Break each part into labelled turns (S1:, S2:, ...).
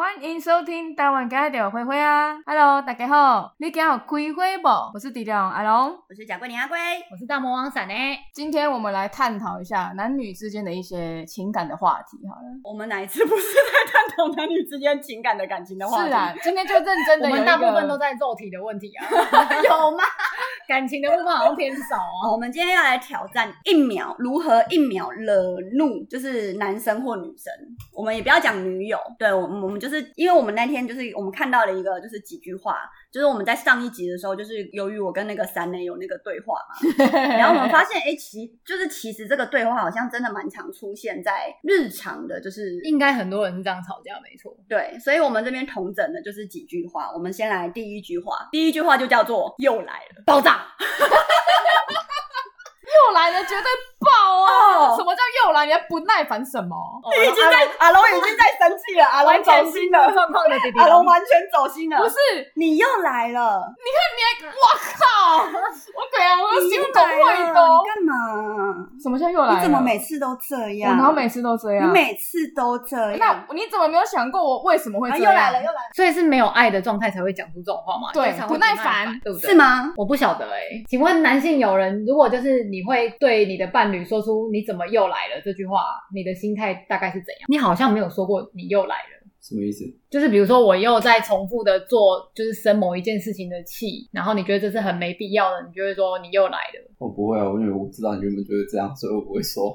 S1: 欢迎收听台湾家的灰灰啊！Hello，大家好，你今天有开会不？我是迪亮阿龙。
S2: 我是贾桂林阿龟，
S3: 我是大魔王闪呢、
S1: 今天我们来探讨一下男女之间的一些情感的话题，好了。
S2: 我们哪一次不是在探讨男女之间情感的感情的话题？
S1: 是啊，今天就认真
S3: 我
S1: 的。
S3: 们大部分都在肉体的问题啊，
S2: 有吗？
S3: 感情的部分好像偏 少
S2: 好，
S3: 哦。
S2: 我们今天要来挑战一秒如何一秒惹怒，就是男生或女生。我们也不要讲女友，对我们我们就是因为我们那天就是我们看到了一个就是几句话，就是我们在上一集的时候，就是由于我跟那个三呢有那个对话嘛， 然后我们发现哎、诶其就是其实这个对话好像真的蛮常出现在日常的，就是
S3: 应该很多人是这样吵架，没错。
S2: 对，所以我们这边统整的就是几句话。我们先来第一句话，第一句话就叫做“又来了”，爆 炸。
S1: 又来了，绝对爆啊！
S2: 哦
S1: 什么叫又来？你还不耐烦什么？
S2: 已
S3: 哦
S2: 经在阿龙已经在生气了，阿龙走心了，
S3: 状况的弟弟，
S2: 阿龙完全走心了
S1: 不。是，
S2: 你又来了，
S1: 你还我靠！ 我对啊，我
S2: 你
S1: 心
S2: 又
S1: 动
S2: 来了，
S1: 会动
S2: 你。干嘛？
S1: 什么叫又来了？
S2: 你怎么每次都这
S1: 啊我
S2: 样？
S1: 然后每次都这
S2: 你
S1: 样？
S2: 每次都这
S1: 那
S2: 样。
S1: 你怎么没有想过我为什么会
S2: 啊，
S1: 这
S2: 又
S1: 样？
S2: 来了，又来了，
S3: 所以是没有爱的状态才会讲出这种话嘛？
S1: 对
S3: 就才会
S1: 不耐
S3: 烦，
S1: 烦
S3: 对不对？
S2: 是？吗？
S3: 我不晓得哎、请问男性友人，如果就是你会对你的伴侣说出“你怎么又来了”这句话，你的心态大概是怎样？你好像没有说过“你又来了”。
S4: 什么意思？
S3: 就是比如说，我又在重复的做，就是生某一件事情的气，然后你觉得这是很没必要的，你就会说你又来了，
S4: 我不会啊，因为我知道你原本就是这样，所以我不会说。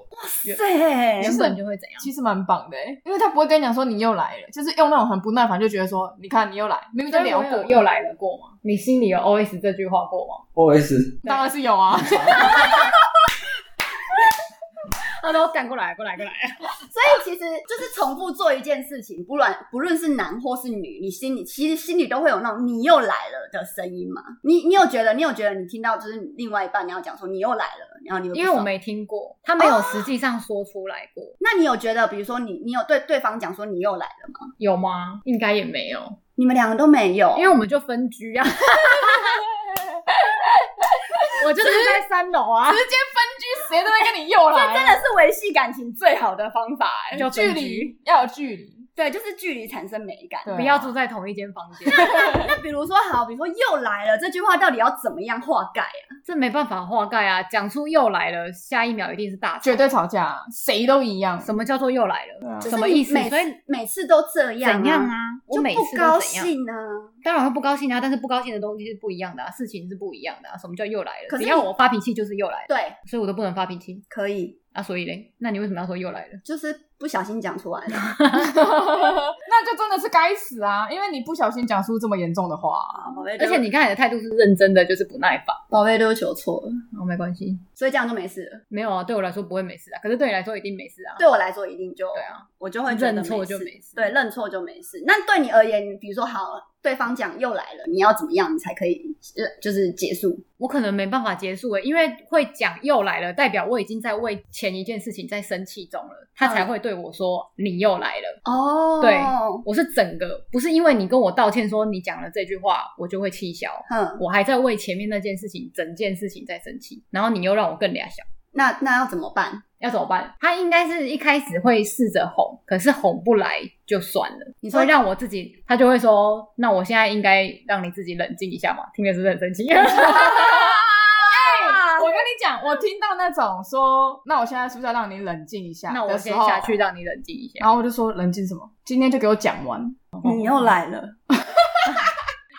S2: 对，
S3: 原本就会怎样？
S1: 其实蛮棒的欸、因为他不会跟你讲说你又来了，就是用那种很不耐烦，就觉得说，你看你又来，明明就聊
S3: 所以
S1: 过
S3: 我有，又来了过吗？你心里有 OS 这句话过吗？
S4: 不好意思，
S1: 当然是有啊。
S3: 他啊都赶过来，过来，过来。
S2: 所以其实就是重复做一件事情，不论不论是男或是女，你心里其实心里都会有那种“你又来了”的声音嘛。你你有觉得你有觉得你听到就是另外一半你要讲说“你又来了”，然后你会不
S3: 因为我
S2: 爽
S3: 没听过，他没有实际上说出来过，
S2: 那你有觉得比如说你你有对对方讲说“你又来了”吗？
S3: 有吗？应该也没有，
S2: 你们两个都没有，
S3: 因为我们就分 居啊。我就是在三楼啊
S1: 直，接分居，谁都会跟你又来，啊
S2: 真的是维系感情最好的方法、哎
S3: 就
S1: 距
S3: 分居
S1: 离要有距离，
S2: 对，就是距离产生美感。
S1: 对啊
S3: 不要住在同一间房间，
S2: 那比如说好，比如说又来了这句话到底要怎么样化改啊？
S3: 这没办法化盖啊。讲出又来了，下一秒一定是大吵
S1: 绝对吵架，谁都一样。
S3: 什么叫做又来了？
S4: 对啊，
S3: 什么意思
S2: 就是你每
S3: 所以
S2: 次每次都这样、
S3: 怎样？啊？我
S2: 就
S3: 每
S2: 不
S3: 次
S2: 高
S3: 都怎样？
S2: 兴啊。
S3: 当然会不高兴啊，但是不高兴的东西是不一样的啊，事情是不一样的啊。什么叫又来了？
S2: 可是
S3: 只要
S2: 你
S3: 我发脾气就是又来了，
S2: 对，
S3: 所以我都不能发脾气
S2: 可以，
S3: 啊。所以嘞，那你为什么要说又来了？
S2: 就是不小心讲出来了。
S1: 那就真的是该死啊！因为你不小心讲出这么严重的话，
S2: 啊，宝贝，
S3: 而且你刚才的态度是认真的，就是不耐烦。
S2: 宝贝对不起，我错了，
S3: 哦，没关系，
S2: 所以这样就没事了。
S3: 没有啊，对我来说不会没事啊，可是对你来说一定没事啊。
S2: 对我来说，一定就
S3: 对啊，
S2: 我就会觉得
S3: 认错就没
S2: 没
S3: 事。
S2: 对，认错就没事。那对你而言，你比如说好，对方讲又来了，你要怎么样，你才可以呃就是结束？
S3: 我可能没办法结束诶、因为会讲又来了，代表我已经在为前一件事情在生气中了，他才
S2: 嗯
S3: 会对我说你又来了。
S2: 哦
S3: 对我是整个不是因为你跟我道歉说你讲了这句话，我就会气消。
S2: 嗯，
S3: 我还在为前面那件事情、整件事情在生气，然后你又让我更俩小，
S2: 那那要怎么办？
S3: 要怎么办？他应该是一开始会试着哄，可是哄不来就算了。
S2: 你
S1: 哦
S3: 所以让我自己，他就会说：“那我现在应该让你自己冷静一下嘛。”听着是不是很生气？
S2: 啊
S1: 我跟你讲，我听到那种说，那我现在是不是要让你冷静一下？
S3: 那我
S1: 的时
S3: 先
S1: 候哦
S3: 下去，让你冷静一下。
S1: 然后我就说冷静什么？今天就给我讲完。
S2: 你又来了，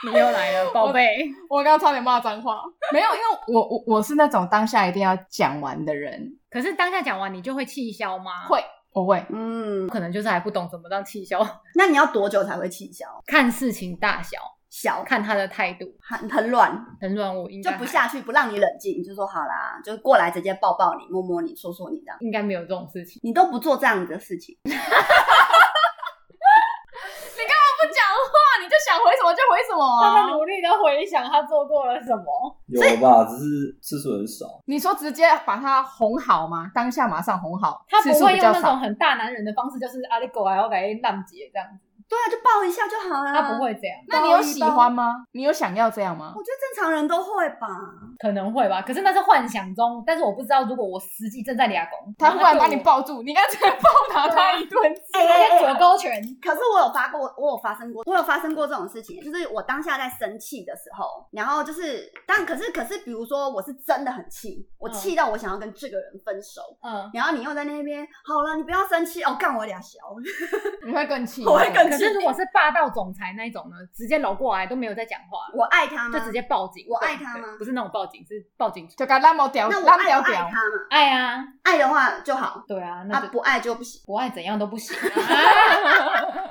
S3: 你又来了，宝贝。
S1: 我刚刚差点骂脏话， 没有，因为我我我是那种当下一定要讲完的人，
S3: 可是当下讲完，你就会气消吗？
S1: 会我会，
S2: 嗯，
S3: 可能就是还不懂怎么让气消，
S2: 那你要多久才会气消？
S3: 看事情大小，
S2: 小
S3: 看他的态度。
S2: 很很软，
S3: 很软，我应
S2: 就
S3: 该
S2: 不
S3: 还
S2: 下去，不让你冷静，你就说好啦，就过来直接抱抱你，摸摸你，说说你这样，
S3: 应该没有这种事情。
S2: 你都不做这样的事情。
S1: 不讲话你就想回什么就回什么
S3: 他
S1: 啊
S3: 们！努力的回想他做过了什么。
S4: 有了吧，只是次数很少。
S1: 你说直接把它哄好吗？当下马上哄好，
S3: 他不
S1: 次数
S3: 会
S1: 比
S3: 用
S1: 较
S3: 那
S1: 少
S3: 啊种。很大男人的方式，就是阿里狗还要给他浪姐这样子。
S2: 对啊，就抱一下就好了。
S3: 他不，会这样，
S1: 那你有喜欢吗？你有想要这样吗
S2: 我？觉得正常人都会吧。
S3: 可能会吧，可是那是幻想中，但是我不知道如果我实际正在俩拱，
S1: 他忽然把你
S3: 对我，
S1: 抱住，你应该直接暴打他一顿。
S2: 哎
S3: 而
S2: 哎哎
S3: 且左勾拳，
S2: 可是我有发过，我有发生过，我有发生过这种事情，就是我当下在生气的时候，然后就是，但可是可是，比如说我是真的很气，我气到我想要跟这个人分手，
S3: 嗯，
S2: 然后你又在那边，好了，你不要生气哦，干我俩小，
S1: 你会更气，
S2: 我会更
S3: 可
S2: 气
S3: 是如果是霸道总裁那一种呢，直接搂过来都没有在讲话，
S2: 我爱他吗？
S3: 就直接报警。
S2: 嗯我
S3: 对
S2: 爱他吗
S3: 对不是那种报警，是报警。
S1: 就该那么屌，
S2: 那我
S1: 那么
S2: 爱
S1: 屌
S2: 不爱他
S1: 屌。
S2: 嘛？
S3: 爱啊，
S2: 爱的话就好，
S3: 对啊，那
S2: 啊
S3: 就
S2: 不爱就不行。
S3: 不爱怎样都不行、 啊。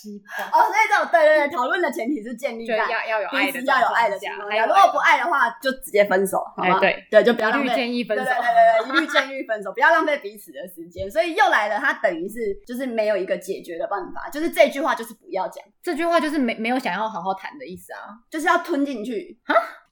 S3: 西瓜
S2: 哦，所以这种对对对，讨论的前提是建立
S3: 就
S2: 在
S3: 要要有爱
S2: 啊彼
S3: 的
S2: 此
S3: 状况
S2: 要有
S3: 下，
S2: 爱的情况
S3: 还
S2: 下，
S3: 有
S2: 如果不爱的话，就直接分手，好
S3: 哎
S2: 吗？
S3: 对
S2: 对，就不要
S3: 爱的，
S2: 浪
S3: 一律
S2: 费
S3: 建议分手
S2: 对。对对对对，一律建议分手， 不要浪费彼此的时间。所以又来了，他等于是就是没有一个解决的办法，就是这句话就是不要讲，
S3: 这句话就是没没有想要好好谈的意思啊。
S2: 就是要吞进去。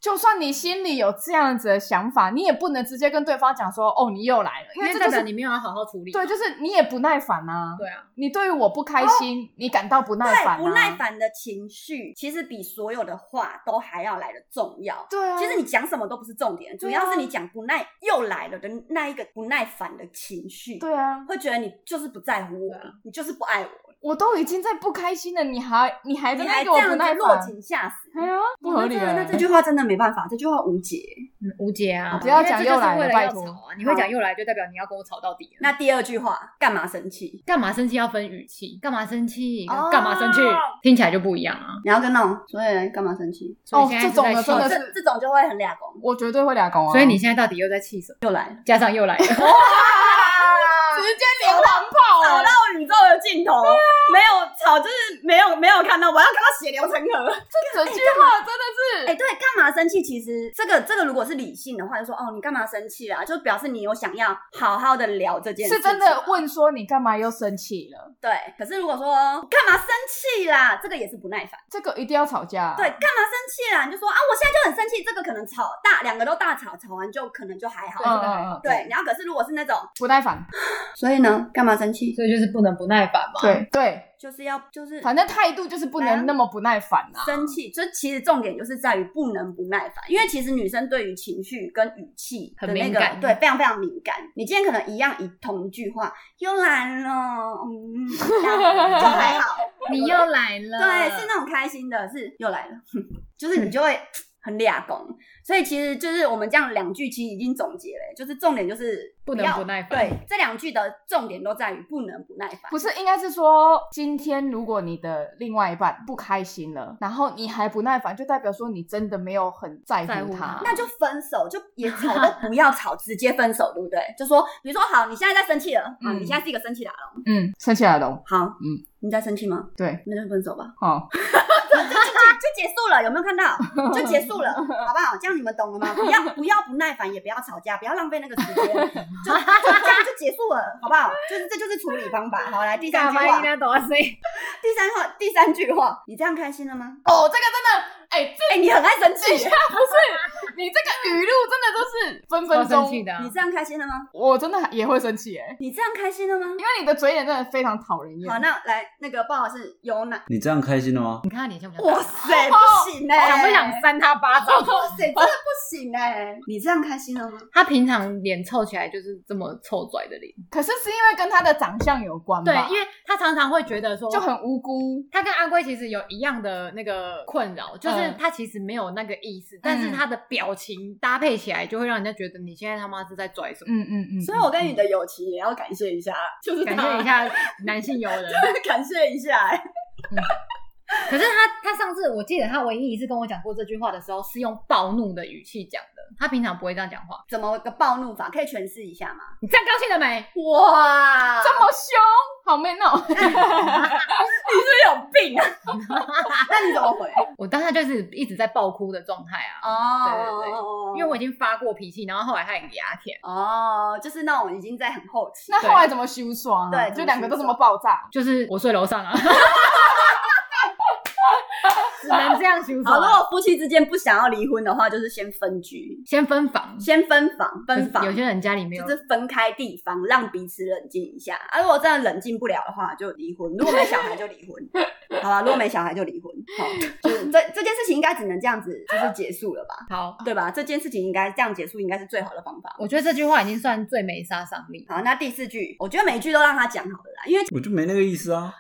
S1: 就算你心里有这样子的想法，你也不能直接跟对方讲说：“哦，你又来了。”因
S3: 因
S1: 为
S3: 为
S1: 这
S3: 代
S1: 就
S3: 表
S1: 是
S3: 你没有要好好处理嘛。
S1: 对，就是你也不耐烦呐、
S3: 对啊，
S1: 你对于我不开心，你感到不耐烦、啊，
S2: 哦对，不耐，烦的情绪其实比所有的话都还要来的重要。
S1: 对啊。
S2: 其实你讲什么都不是重点，主
S1: 对啊
S2: 要是你讲不耐又来了的那一个不耐烦的情绪，
S1: 对啊，
S2: 会觉得你就是不在乎我
S3: 对啊，
S2: 你就是不爱我，
S1: 我都已经在不开心了，你还你还在
S2: 你
S1: 哎那边给
S2: 还这
S1: 我不
S2: 样
S1: 耐
S2: 子落
S1: 烦，
S2: 井下石。
S1: 哎呀，不合理
S2: 那这那
S1: 欸。
S2: 这句话真的没办法，这句话无解。
S3: 嗯无解啊。
S1: 不要讲又来了
S3: 因为这就是为
S1: 拜
S3: 要
S1: 托
S3: 吵啊！你会讲又来，就代表你要跟我吵到底了。
S2: 那第二句话干嘛生气？
S3: 干嘛生气要分语气，干嘛生气，
S2: 哦
S3: 干嘛生气，听起来就不一样啊。
S2: 你要跟那种所以人干嘛生气？
S3: 所以
S1: 哦
S3: 现在
S1: 这种的
S3: 是在气
S1: 真的
S2: 这
S1: 是
S2: 这种就会很俩公。
S1: 我绝对会俩公啊！
S3: 所以你现在到底哦又在气什么？
S2: 又来了，
S3: 加上又来了，
S1: 直接连环炮
S2: 吵
S1: 啊！
S2: 到宇宙的尽头，没有吵就是没有没有看到，我要看到血流成河。
S1: 这句话真的
S2: 哎、
S1: 是，
S2: 对，干嘛生气？其实这个这个如果是理性的话，就说哦，你干嘛生气啦？就表示你有想要好好的聊这件事，啊
S1: 是真的。问说你干嘛又生气了？
S2: 对，可是如果说干嘛生气啦，这个也是不耐烦。
S1: 这个一定要吵架。啊
S2: 对，干嘛生气啦？你就说啊，我现在就很生气，这个可能吵大，两个都大吵，吵完就可能就还好。
S1: 嗯，嗯嗯嗯，
S2: 对，然后可是如果是那种，
S1: 不耐烦。
S2: 所以呢，干嘛生气？
S3: 所以就是不能不耐烦嘛。，
S1: 对对，
S2: 就是要就是
S1: 反正态度就是不能那么不耐烦啊。
S2: 生气，就其实重点就是在于不能不耐烦，因为其实女生对于情绪跟语气的
S3: 很
S2: 那
S3: 敏
S2: 个
S3: 感
S2: 对非常非常敏感。你今天可能一样一同一句话又来了，嗯，这样就还 好，
S3: 你又来了。
S2: 对，是那种开心的，是又来了， 就是你就 会。很俩拱，所以其实就是我们这样两句，其实已经总结了，欸就是重点就是
S3: 不能
S2: 要
S3: 不耐烦
S2: 对，这两句的重点都在于不能不耐烦。
S1: 不是，应该是说，今天如果你的另外一半不开心了，然后你还不耐烦，就代表说你真的没有很在
S3: 在
S1: 乎
S3: 乎
S1: 他
S3: 他。
S2: 那就分手，就也吵都不要吵，直接分手，对不对？就说，比如说，好，你现在在生气了，啊，
S1: 嗯
S2: 你现在是一个生气的阿龙，
S1: 嗯，生气来了，
S2: 好，
S1: 嗯
S2: 嗯，你在生气吗？
S1: 对，
S2: 那就分手吧，啊
S1: 好、哦，
S2: 就结束了，有没有看到？就结束了，好不好？这样你们懂了吗？不要不要不耐烦，也不要吵架，不要浪费那个时间，就就这样就结束了，好不好？就是这就是处理方法。好，来第三
S3: 干
S2: 句
S3: 嘛
S2: 话
S3: 一定，要懂啊？谁？
S2: 第三话，第三句话，你这样开心了吗？
S1: 哦，这个真的，哎、
S2: 哎，你很爱生
S1: 这一
S2: 气
S1: 下，不是 你这个语录，真的都是分分
S3: 超生气
S1: 钟，
S3: 的啊
S2: 你。这样开心了吗？
S1: 我真的也会生气哎、
S2: 你这样开心了吗？
S1: 因为你的嘴脸真的非常讨人厌。
S2: 好，那来那个不好意思，有哪？
S4: 你这样开心了吗？
S3: 你看看你像不像？
S2: 哇 塞，不行哎、
S3: 想不想扇他巴掌？
S2: 哇塞，真的不行哎、 你这样开心了吗？
S3: 他平常脸臭起来就是这么臭拽的脸。
S1: 可是是因为跟他的长相有关吧？
S3: 对，因为他常常会觉得说，
S1: 就很无辜。
S3: 他跟阿龟其实有一样的那个困扰，就是
S1: 嗯
S3: 他其实没有那个意思，但是他的表情搭配起来就会让人家觉得你现在他妈是在拽什 么。
S1: 嗯嗯嗯。
S2: 所以我跟你的友情也要感谢一下，就是
S3: 感
S2: 他
S3: 谢一，下男性友人。
S2: 感谢一下、哎
S3: 可是他他上次我记得他唯一一次跟我讲过这句话的时候是用暴怒的语气讲的，他平常不会这样讲话。
S2: 怎么个暴怒法？可以诠释一下吗？
S3: 你这样高兴了没？
S2: 哇，
S1: 这么凶，好 man 哦！
S2: 有病啊！ 那你怎么回？
S3: 我当下就是一直在爆哭的状态啊，
S2: 哦，
S3: 因为我已经发过脾气，然后后来他也牙舔，
S2: 哦，就是那种已经在很后 期，
S1: 那后来怎么修爽啊？
S2: 对
S1: 就两个都这么爆炸，
S3: 就是我睡楼上啊，只能这样修
S2: 好，如
S3: 手，
S2: 果夫妻之间不想要离婚的话，就是先分居，
S3: 先分房，
S2: 先分房，分房
S3: 有些人家里没有
S2: 就，是分开地方，让彼此冷静一下。啊，如果真的冷静不了的话，就离婚；如果没小孩就离 婚，好吧？如果没小孩就离婚。好，就是这这件事情应该只能这样子，就是结束了吧？
S3: 好，
S2: 对吧？这件事情应该这样结束，应该是最好的方法。
S3: 我觉得这句话已经算最没杀伤力。
S2: 好，那第四句，我觉得每一句都让他讲好了 啦，因为
S4: 我就没那个意思啊。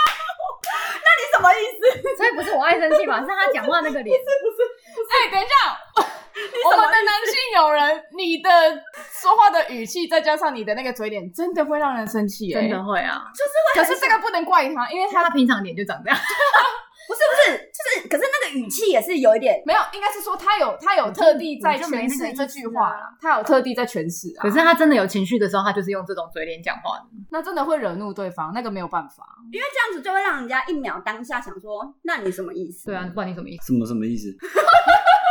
S2: 你什么意思？
S3: 所以不是我爱生气嘛，是他讲话那个脸。
S1: 哎、等一下，我们的男性友人，你的说话的语气，再加上你的那个嘴脸，真的会让人生气、哎
S3: 真的。会啊，
S1: 可是这个不能怪他，因为他
S3: 他平常脸就长这样，
S2: 不是不是，就是可是那个语气也是有一点，
S1: 没有，应该是说他有他有特地在
S3: 你就没那
S1: 诠
S3: 个
S1: 释
S3: 意
S1: 这
S3: 思
S1: 句话啦，他有特地在诠释啊。
S3: 可是他真的有情绪的时候，他就是用这种嘴脸讲话的。
S1: 那真的会惹怒对方，那个没有办法。
S2: 因为这样子就会让人家一秒当下想说，那你什么意思？
S3: 对啊，，不然你什么意思？
S4: 什么什么意思？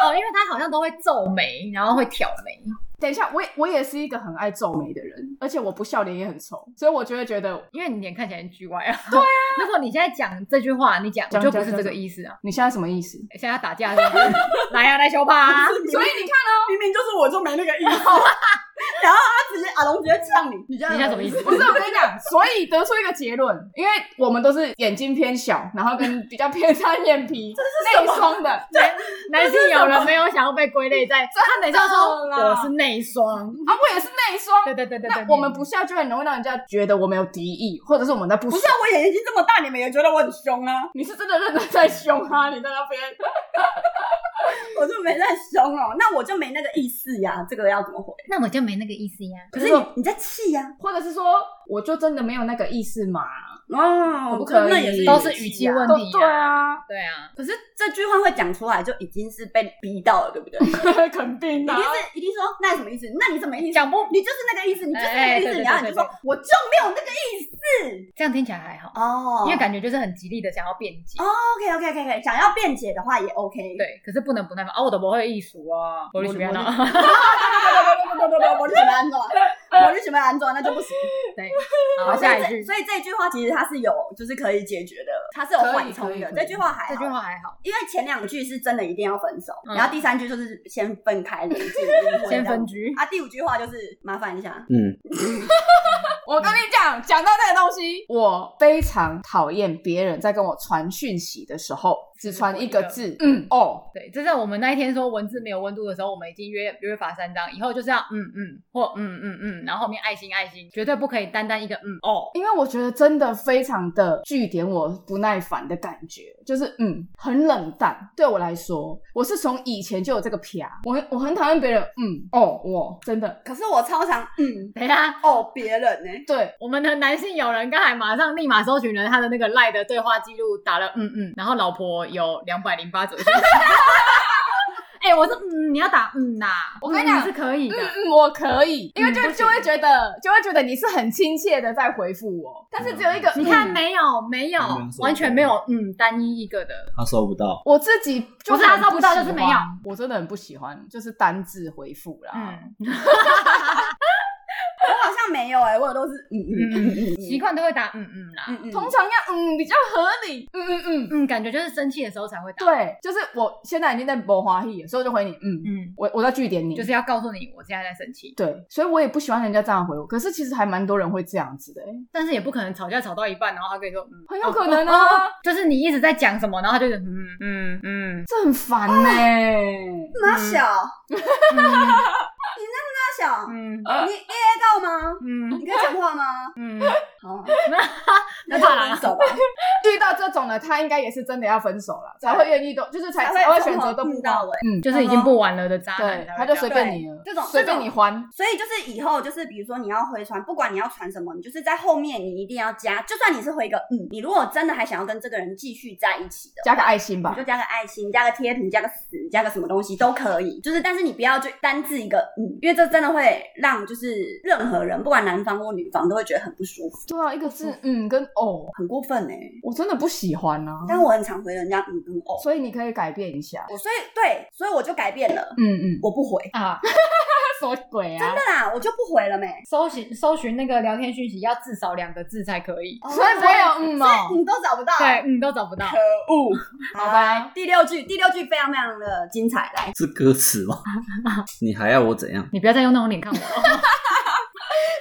S3: 哦，因为他好像都会皱眉，然后会挑眉。
S1: 等一下，我也我也是一个很爱皱眉的人，而且我不笑脸也很丑，所以我就会觉得
S3: 因为你脸看起来很 G Y 啊。对啊，如果你现在讲这句话，你讲我
S1: 讲
S3: 就不是
S1: 讲
S3: 这个
S1: 讲
S3: 意思啊。
S1: 你现在什么意思？
S3: 现在要打架是不是？来呀、啊，来修吧、
S1: 所以你看哦，
S2: 明明就是我就没那个意思，然后他直接阿龙直接呛你，你这样
S3: 你现在什么意思？
S1: 不是我跟你讲，所以得出一个结论，因为我们都是眼睛偏小，然后跟比较偏单眼 皮内双的，
S3: 男男性有人没有想要被归类在，他等一下说
S1: 真的
S3: 我
S1: 啦
S3: 是内双。
S1: 啊，我也是内双。
S3: 对对对对对，
S1: 那我们不笑就很容易让人家觉得我们有敌意，或者是我们在不
S2: 不
S1: 爽
S2: 是啊，我眼睛这么大，你们也觉得我很凶啊？
S1: 你是真的认真在凶啊！你在那边，
S2: 我就没在凶哦，那我就没那个意思呀、这个要怎么回？
S3: 那我就没那个意思呀。
S2: 可是你你在气呀、
S1: 或者是说，我就真的没有那个意思嘛？
S2: 哦
S1: 可不可以
S2: 那也是
S3: 都是语气
S2: 啊
S3: 问
S1: 都
S3: 题呀
S1: 对啊，
S3: 对啊，
S2: 可是这句话会讲出来，就已经是被逼到了，对不对？一
S1: 肯定啊的、
S2: 定是一定说，那你什么意思？那你什么意思？
S3: 讲不
S2: 你就是那个意思，你就是那
S3: 哎
S2: 个意
S3: 对
S2: 思，
S3: 对
S2: 然后
S3: 对
S2: 你就
S3: 对
S2: 说我就没有那个意思
S3: 这样听起来还好，
S2: 哦
S3: 因为感觉就是很极力的想要辩解。
S2: 哦 OK OK OK OK，想要辩解的话也 OK。
S3: 对，可是不能不耐烦啊！我都不会艺术啊，我
S2: 我
S3: 就随便
S2: 我
S3: 啊
S2: 我就喜欢安装，我就喜欢安装，那就不行。
S3: 对，好，下一句，
S2: 哦所以这所以这句话其实它是有，就是可以解决的，它是有缓冲的。
S1: 可以可以可
S2: 这
S1: 以
S2: 句话还好
S3: 这句话还好，
S2: 因为前两句是真的一定要分手，
S3: 嗯
S2: 然后第三句就是先分开冷静，离婚
S3: 先分居。
S2: 啊，第五句话就是麻烦一下，
S4: 嗯，
S1: 我跟你讲，讲到那个东西，我非常讨厌别人在跟我传讯息的时候只传一个字，嗯哦，
S3: 对，这是我们那一天说文字没有温度的时候，我们已经约约法三章，以后就是要嗯嗯或嗯嗯嗯，然后后面爱心爱心，绝对不可以单单一个嗯哦。
S1: 因为我觉得真的非常的据点我不耐烦的感觉，就是嗯很冷淡。对我来说，我是从以前就有这个癖啊，我我很讨厌别人嗯哦我真的
S2: 可是我超常嗯
S3: 等一下，
S2: 哦别人呢、
S1: 对。
S3: 我们的男性友人刚才马上立马搜寻了他的那个赖的对话记录，打了嗯嗯，然后老婆有两百零八左右。哎、我说嗯，你要打嗯呐、
S1: 我跟你讲
S3: 嗯是可以的。
S1: 嗯，我可以，因为就
S3: 嗯不行
S1: 就会觉得，就会觉得你是很亲切的在回复我，但是只有一个，
S3: 你
S1: 嗯
S3: 看没有没有
S4: 没有没有，
S3: 完全没有嗯单一一个的。
S4: 他收不到。
S1: 我自己就
S3: 不是他
S1: 很
S3: 收不到就是
S1: 喜
S3: 没有
S1: 欢，我真的很不喜欢，就是单字回复啦。
S3: 嗯，
S2: 我好像没有哎、我都是嗯嗯嗯嗯
S3: 习惯都会打嗯嗯啦。
S2: 嗯嗯，
S1: 通常要嗯比较合理，嗯嗯嗯，
S3: 嗯，感觉就是生气的时候才会打。
S1: 对，就是我现在已经在某华裔，所以我就回你，嗯，
S3: 嗯，
S1: 我我在据点你，
S3: 就是要告诉你我现在在生气，
S1: 对，所以我也不喜欢人家这样回我。可是其实还蛮多人会这样子的、欸，
S3: 但是也不可能吵架吵到一半，然后他跟你说，嗯，
S1: 很有可能啊，
S3: 就是你一直在讲什么，然后他就是嗯嗯嗯
S1: 这很烦欸呢、
S2: 那小
S3: 嗯
S2: 那小，
S3: 嗯
S2: 你 A A 到吗？
S3: 嗯
S2: 你可以讲话吗？
S3: 嗯，
S2: 好，
S3: 那
S2: 那
S3: 怕
S2: 就分
S3: 啦，
S2: 手吧。
S1: 遇到这种的，他应该也是真的要分手了，才会愿意都，就是才
S2: 才会
S1: 才会选择都
S2: 从头
S1: 不
S2: 碰到
S1: 到
S2: 尾
S1: 嗯，
S3: 就是已经不玩了的渣男
S1: 对，
S3: 啊才会这样，
S1: 他就随便你了，
S2: 这种
S1: 随
S2: 这
S1: 便
S2: 种
S1: 你还，
S2: 所以就是以后就是，比如说你要回传，不管你要传什么，你就是在后面你一定要加，就算你是回一个嗯，你如果真的还想要跟这个人继续在一起的话，
S1: 加个爱心吧
S2: 你就。加个爱心，加个贴图，加个死，加个什么东西都可以。就是，但是你不要就单字一个嗯，因为这真的会让就是任何人，不管男方或女方，都会觉得很不舒服，
S1: 对啊，一个字嗯跟哦，
S2: 很过分哎、
S1: 我真的不喜欢啊。
S2: 但我很常回人家嗯嗯哦，
S1: 所以你可以改变一下。
S2: 我所以对，所以我就改变了，
S1: 嗯嗯，
S2: 我不回。
S3: 啊，
S1: 什么鬼啊？
S2: 真的啦，我就不回了没。
S3: 搜寻搜寻那个聊天讯息要至少两个字才可以，
S1: 所以不会有嗯哦。
S2: 你都找不到。
S3: 对，你都找不到
S2: 可。恶。
S1: 好吧，
S2: 第六句，第六句非常非常的精彩，来，
S4: 是歌词 吗？你还要我怎样？
S3: 你不要再用那种脸看我了，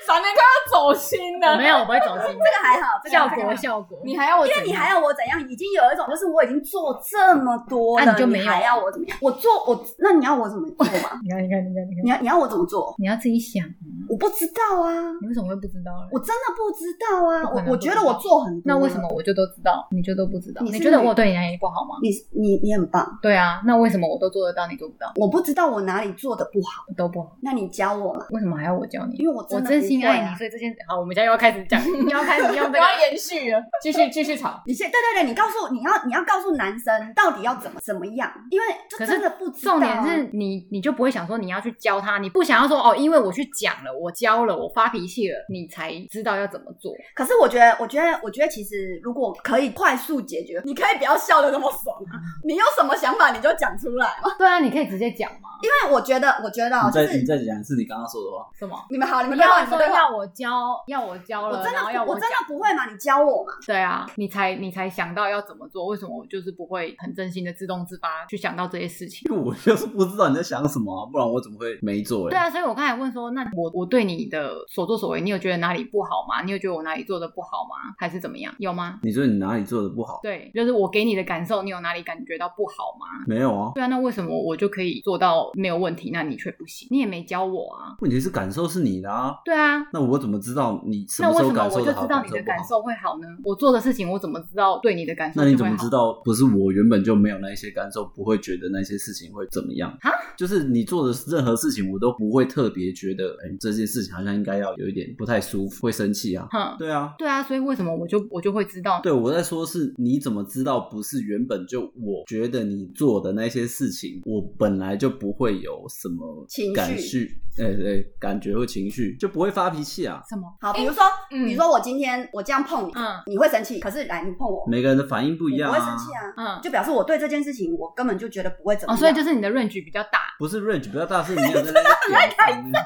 S1: 闪电快要走心
S3: 我
S1: 了，
S3: 没有，我不会走心。
S2: 这个还好，这个
S3: 效
S2: 还好
S3: 果效果，
S1: 你还要我怎
S2: 因
S1: 样，
S2: 为你还要我怎样，已经有一种就是我已经做这么多了，
S3: 啊你就没有？
S2: 还要我怎么样？我做我那你要我怎么做嘛
S3: 你看你看你看你看，
S2: 你要你要我怎么做？
S3: 你要自己想，
S2: 我不知道啊，
S3: 你为什么会不知道呢？
S2: 我真的不知道啊，
S3: 不可能
S2: 我我觉得我做很多，
S3: 那为什？么我就都知道，你就都不知道？
S2: 你是
S3: 你觉得我对你哪里不好吗？
S2: 你你你很棒，
S3: 对啊，那为什么我都做得到，你做不到？
S2: 我不知道我哪里做的不好，
S3: 都不好，
S2: 那你教我嘛，
S3: 为什么还要我教你？
S2: 因为我真
S3: 我
S2: 的
S3: 真心
S2: 不会
S3: 爱
S2: 啊
S3: 你，所以这件好，我们家又要开始讲，又要开始用
S1: 不
S3: 这个。
S1: 要延续了，继续继续吵。
S2: 你先对对对，你告诉我，你要你要告诉男生到底要怎么怎么样，因为就
S3: 可是
S2: 真的不知道啊。
S3: 重点是你，你就不会想说你要去教他，你不想要说哦，因为我去讲了，我教了，我发脾气了，你才知道要怎么做。
S2: 可是我觉得，我觉得，我觉得，其实如果可以快速解决，你可以不要笑的那么爽
S3: 嗯
S2: 啊！你有什么想法你就讲出来嘛。
S3: 对啊，你可以直接讲嘛。
S2: 因为我觉得，我觉得哦
S4: 你
S2: 就
S4: 再
S2: 是
S4: 你再讲一次你刚刚说的话。
S3: 什么？
S2: 你们好，你
S3: 你
S2: 们对话，
S3: 要
S2: 你们
S3: 说
S2: 对话。
S3: 要我教，要我教
S2: 我
S3: 了，
S2: 真
S3: 然后
S2: 的
S3: 要
S2: 不，我真
S3: 讲
S2: 的。不会嘛，你教我嘛。
S3: 对啊，你才你才想到要怎么做，为什么我就是不会很真心的自动自发去想到这些事情？
S4: 因为我就是不知道你在想什么、啊，不然我怎么会没做、欸？
S3: 对啊，所以我刚才问说，那我我对你的所作所为，你有觉得哪里不好吗？你有觉得我哪里做的不好吗？还是怎么样？有吗？
S4: 你说你哪里做的不好？
S3: 对，就是我给你的感受，你有哪里感觉到不好吗？
S4: 没有啊，
S3: 对啊，那为什么我就可以做到没有问题，那你却不行？你也没教我啊。
S4: 问题是感受是你的啊。
S3: 对啊，
S4: 那我怎么知道你什
S3: 那
S4: 么
S3: 为什
S4: 时候
S3: 么
S4: 感
S3: 我
S4: 受
S3: 就
S4: 的好，
S3: 知道你的
S4: 感
S3: 感
S4: 受不好？
S3: 受会好呢？我做的事情，我怎么知道对你的感受
S4: 那
S3: 就
S4: 你
S3: 会
S4: 怎么
S3: 好
S4: 知？道不是我原本就没有那一些感受，不会觉得那些事情会怎么样？
S3: 哈，
S4: 就是你做的任何事情，我都不会特别觉得，哎、这件事情好像应该要有一点不太舒服，会生气啊。
S3: 哼，
S4: 对啊，
S3: 对啊，所以为什么我就我就会知道？
S4: 对我在说是，你怎么知道不是原本就我觉得你做的那些事情，我本来就不会有什么
S2: 情绪
S4: 感绪，哎哎，感觉或情绪就不会发脾气啊。
S3: 什么？
S2: 好，比如说，
S1: 嗯
S2: 比如说我今天我这样碰你，
S3: 嗯
S2: 你会生气，可是来你碰我，
S4: 每个人的反应不一样
S2: 我
S4: 啊，
S2: 不会生气啊。
S3: 嗯，
S2: 就表示我对这件事情，我根本就觉得不会怎么
S3: 哦，
S2: 样。
S3: 所以就是你的 range 比较大。
S4: 不是 range 比较大，是你有在那 边点赞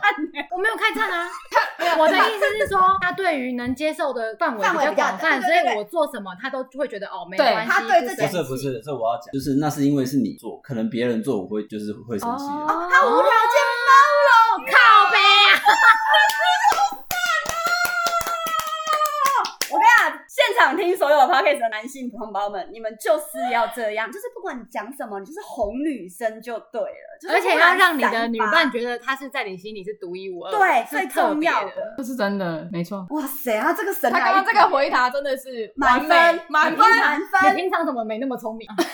S3: 我没有开战啊，我的意思是说，他对于能接受的范围
S2: 范围
S3: 较
S2: 比较
S3: 广
S2: 对
S3: 泛，所
S2: 对对
S3: 以我做什么他都会觉得哦没
S1: 对
S3: 关系。
S2: 他对
S3: 就
S2: 这
S4: 不
S2: 件
S4: 是不是，这我要讲，就是那是因为是你做，可能别人做我会就是会生气啊的。
S1: 啊
S3: 哦，
S2: 啊他无条件
S3: 哦靠背啊！
S2: 我跟你讲，现场听所有 podcast 的男性同胞们，你们就是要这样，就是不管你讲什么，你就是哄女生就对了，就是
S3: 而且要让你
S2: 不
S3: 的
S2: 然
S3: 女
S2: 散发
S3: 伴觉得她是在你心里是独一无二，
S2: 对
S3: 是
S2: 最
S3: 特
S2: 重
S3: 别
S2: 要
S3: 的。
S2: 的。
S1: 这是真的，没错。
S2: 哇塞，他这个神
S1: 他
S2: 来
S1: 刚
S2: 一
S1: 刚
S2: 笔
S1: 这个回答真的是
S2: 满
S1: 完美
S2: 分，
S1: 满分。
S2: 满分
S3: 你。平常怎么没那么聪明？啊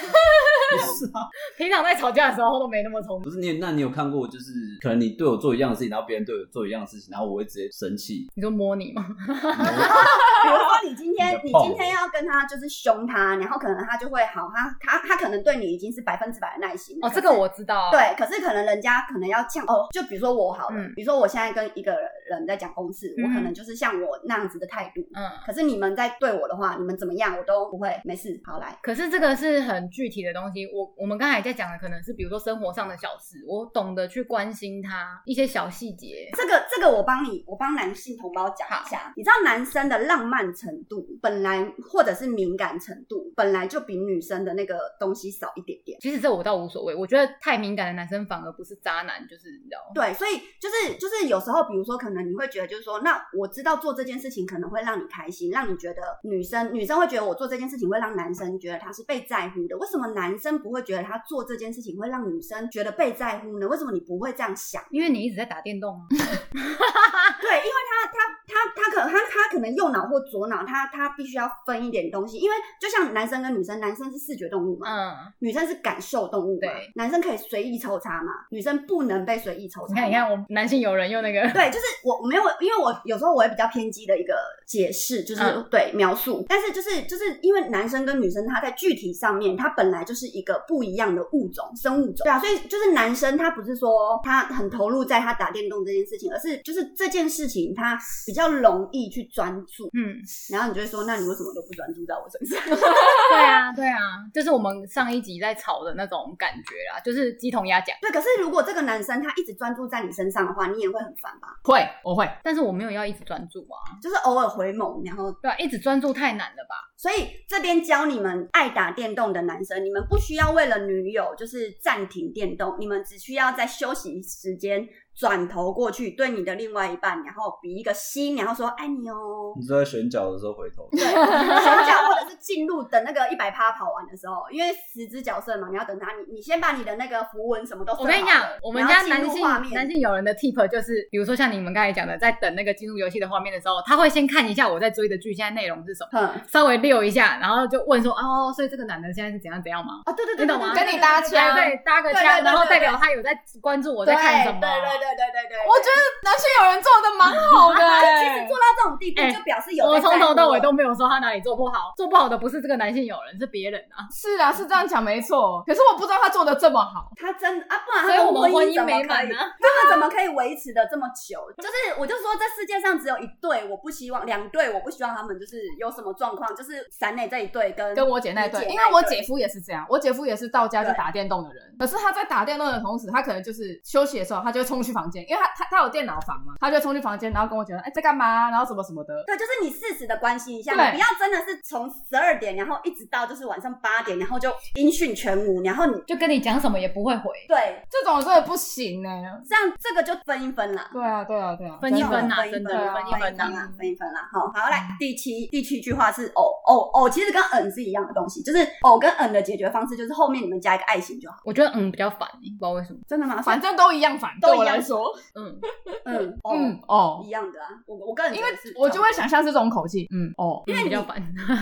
S4: 是啊，
S3: 平常在吵架的时候都没那么聪明。
S4: 不是你，那你有看过就是可能你对我做一样的事情，然后别人对我做一样的事情，然后我会直接生气。
S3: 你说摸 你吗？
S2: 比如说你今天
S4: 你
S2: 你
S4: 的碰
S2: 今天要跟他就是凶他，然后可能他就会好，他他他可能对你已经是百分之百的耐心了
S3: 哦，这
S2: 可
S3: 个
S2: 是
S3: 我知道啊。
S2: 对，可是可能人家可能要这样哦，就比如说我好了，
S3: 嗯
S2: 比如说我现在跟一个人在讲公事，我可
S3: 嗯
S2: 能就是像我那样子的态度，
S3: 嗯。
S2: 可是你们在对我的话，你们怎么样我都不会，没事，好来。
S3: 可是这个是很具体的东西，我我们刚才在讲的可能是比如说生活上的小事，我懂得去关心他一些小细节。
S2: 这个这个我帮你，我帮男性同胞讲一下。你知道男生的浪漫程度本来或者是敏感程度本来就比女生的那个东西少一点点。
S3: 其实这我倒无所谓，我觉得太敏感的男生反而不是渣男，就是你知道吗。
S2: 对，所以就是就是有时候，比如说，可能你会觉得，就是说，那我知道做这件事情可能会让你开心，让你觉得女生女生会觉得我做这件事情会让男生觉得他是被在乎的。为什么男生不会觉得他做这件事情会让女生觉得被在乎呢？为什么你不会这样想？
S3: 因为你一直在打电动啊，
S2: 对，因为他他他他可他他可能右脑或左脑，他他必须要分一点东西，因为就像男生跟女生，男生是视觉动物嘛，
S3: 嗯，
S2: 女生是感受动物嘛
S3: 对，
S2: 男生可以随意抽插嘛，女生不能被随意抽插。
S3: 你看你看，我们男性友人用那个，
S2: 对，就是我我没有，因为我有时候我也比较偏激的一个解释，就是、
S3: 嗯
S2: 对描述。但是就是就是因为男生跟女生他在具体上面，他本来就是一个不一样的物种，生物种，对啊，所以就是男生他不是说他很投入在他打电动这件事情，而是就是这件事情他他比较容易去专注，
S3: 嗯，
S2: 然后你就会说，那你为什么都不专注在我身上？
S3: 对啊，对啊，就是我们上一集在吵的那种感觉啦，就是鸡同鸭讲。
S2: 对，可是如果这个男生他一直专注在你身上的话，你也会很烦吧？
S1: 会，我会，
S3: 但是我没有要一直专注啊，
S2: 就是偶尔回眸，然后
S3: 对啊，一直专注太难了吧？
S2: 所以这边教你们爱打电动的男生，你们不需要为了女友就是暂停电动，你们只需要在休息时间转头过去对你的另外一半，然后比一个心，然后说爱你哦。
S4: 你说在选角的时候回头，
S2: 对，手脚或者是进入等那个一百趴跑完的时候，因为十只角色嘛，你要等他，你你先把你的那个符文什么都设
S3: 我跟你
S2: 好
S3: 讲
S2: 了，
S3: 我们
S2: 然
S3: 家
S2: 后啊进
S3: 男
S2: 入
S3: 性
S2: 画面
S3: 男性友人的 tip 就是，比如说像你们刚才讲的，在等那个进入游戏的画面的时候，他会先看一下我在追的剧现在内容是什么，
S2: 嗯，
S3: 稍微溜一下，然后就问说，哦，所以这个男的现在是怎样怎 样嘛？
S2: 哦，对对
S3: 你
S2: 对，
S3: 懂吗
S2: 对
S1: 跟你搭腔
S3: 对，搭个
S2: 对对
S3: 腔，
S2: 对
S3: 然后
S2: 对
S3: 代
S2: 对
S3: 表他有在关注我
S2: 对
S3: 在看什么。啊
S2: 对对对对对对，
S1: 我觉得男性友人做的蛮好的、
S2: 得其
S1: 欸，
S2: 实做到这种地步，
S3: 哎
S2: 就表示有
S3: 我
S2: 在
S3: 从
S2: 在
S3: 头
S2: 乎
S3: 到
S2: 了
S3: 尾都没有说他哪里做不好，做不好的不是这个男性友人，是别人啊。
S1: 是啊，是这样讲没错。可是我不知道他做的这么好，
S2: 他真啊，不然
S3: 所以
S2: 他
S3: 我
S2: 们
S3: 们婚
S2: 姻
S3: 姻
S2: 怎么
S3: 美
S2: 可
S3: 满啊
S2: 以？
S3: 呢、
S2: 他们怎么可以维持的这么久？就是我就说，这世界上只有一对，我不希望两对，我不希望他们就是有什么状况，就是闪磊这一对跟
S1: 跟我姐那一对
S2: 你，姐
S1: 因
S2: 那
S1: 为
S2: 一
S1: 我
S2: 对
S1: 姐夫也是这样，我姐夫也是到家就打电动的人。可是他在打电动的同时，他可能就是休息的时候，他就会冲去房间，因为他他他有电脑房嘛，他就会冲去房间，然后跟我姐说：“哎、在干嘛？”然后什么什么的。
S2: 对，就是你适时的关心一下，
S1: 对
S2: 你不要真的是从十二点，然后一直到就是晚上八点，然后就音讯全无，然后你
S3: 就跟你讲什么也不会回，
S2: 对
S1: 这种真的不行呢、
S2: 这样这个就分一分啦。
S1: 对啊，对啊，对啊，
S3: 分一分啊，
S2: 真
S3: 真
S2: 的
S3: 的
S1: 分
S3: 分
S1: 一
S3: 一
S2: 分一
S3: 分
S2: 分
S3: 啊。
S2: 啦，分一分啦。好，好，来第七第七句话是偶偶偶，其实跟嗯是一样的东西，就是偶跟嗯的解决方式就是后面你们加一个爱心就好。
S3: 我觉得嗯比较烦，不知道为什么。
S2: 真的吗？
S1: 反正都一样烦，
S2: 都
S1: 对
S2: 一样
S1: 我来说，
S3: 嗯，
S2: 嗯偶
S1: 嗯哦
S2: 一，样的啊。我我个人
S1: 因
S2: 觉
S1: 为
S2: 得是
S1: 我就会想象是这种口气，嗯 哦，
S3: 因为比较烦。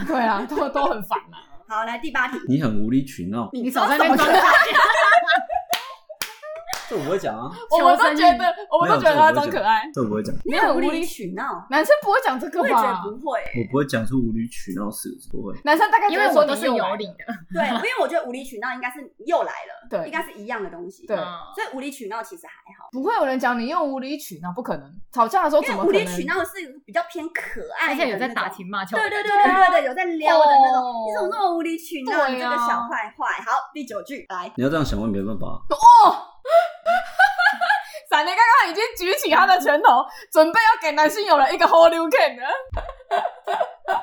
S1: 对啊，都都很烦啊。
S2: 好，来第八题，
S4: 你很无理取闹，
S2: 你
S3: 你少在那
S2: 什
S3: 边
S2: 么
S3: 装
S2: 状
S3: 傻
S2: 态？
S4: 这我不会讲啊，
S1: 我们都觉得，我们都觉得他装可爱，
S4: 这我不会讲，
S1: 没
S2: 你
S1: 有
S2: 很
S1: 无
S2: 无
S1: 理
S2: 理
S1: 取
S2: 取闹。
S1: 男生不会讲这个
S2: 我也觉
S1: 吧
S2: 得？不会欸、
S4: 我不会讲出无理取闹四个字，不会。
S1: 男生大概
S3: 因
S1: 只
S3: 为
S1: 说
S3: 我
S1: 你
S3: 都是
S1: 又
S3: 有
S1: 来
S3: 理
S1: 了，
S3: 的。
S2: 对，因为我觉得无理取闹应该是又来了，
S1: 对
S2: 应该是一样的东西，
S1: 对
S3: 嗯
S2: 所以无理取闹其实还好，
S1: 不会有人讲你用无理取闹，不可能。吵架的时候怎
S2: 因
S1: 么
S2: 为
S1: 可
S2: 无
S1: 能
S2: 理取？闹是比较偏可爱，
S3: 而且有在打，情骂俏。
S2: 对对对对对对，有在撩的那种，
S1: 哦
S2: 你怎么这么无理取闹？你
S1: 对
S2: 这
S1: 啊
S2: 个小坏坏。好，第九句来，
S4: 你要这样想，我也没办法。啊
S1: 闪雷刚刚已经举起他的拳头，准备要给男性友人一个 hold you can 了。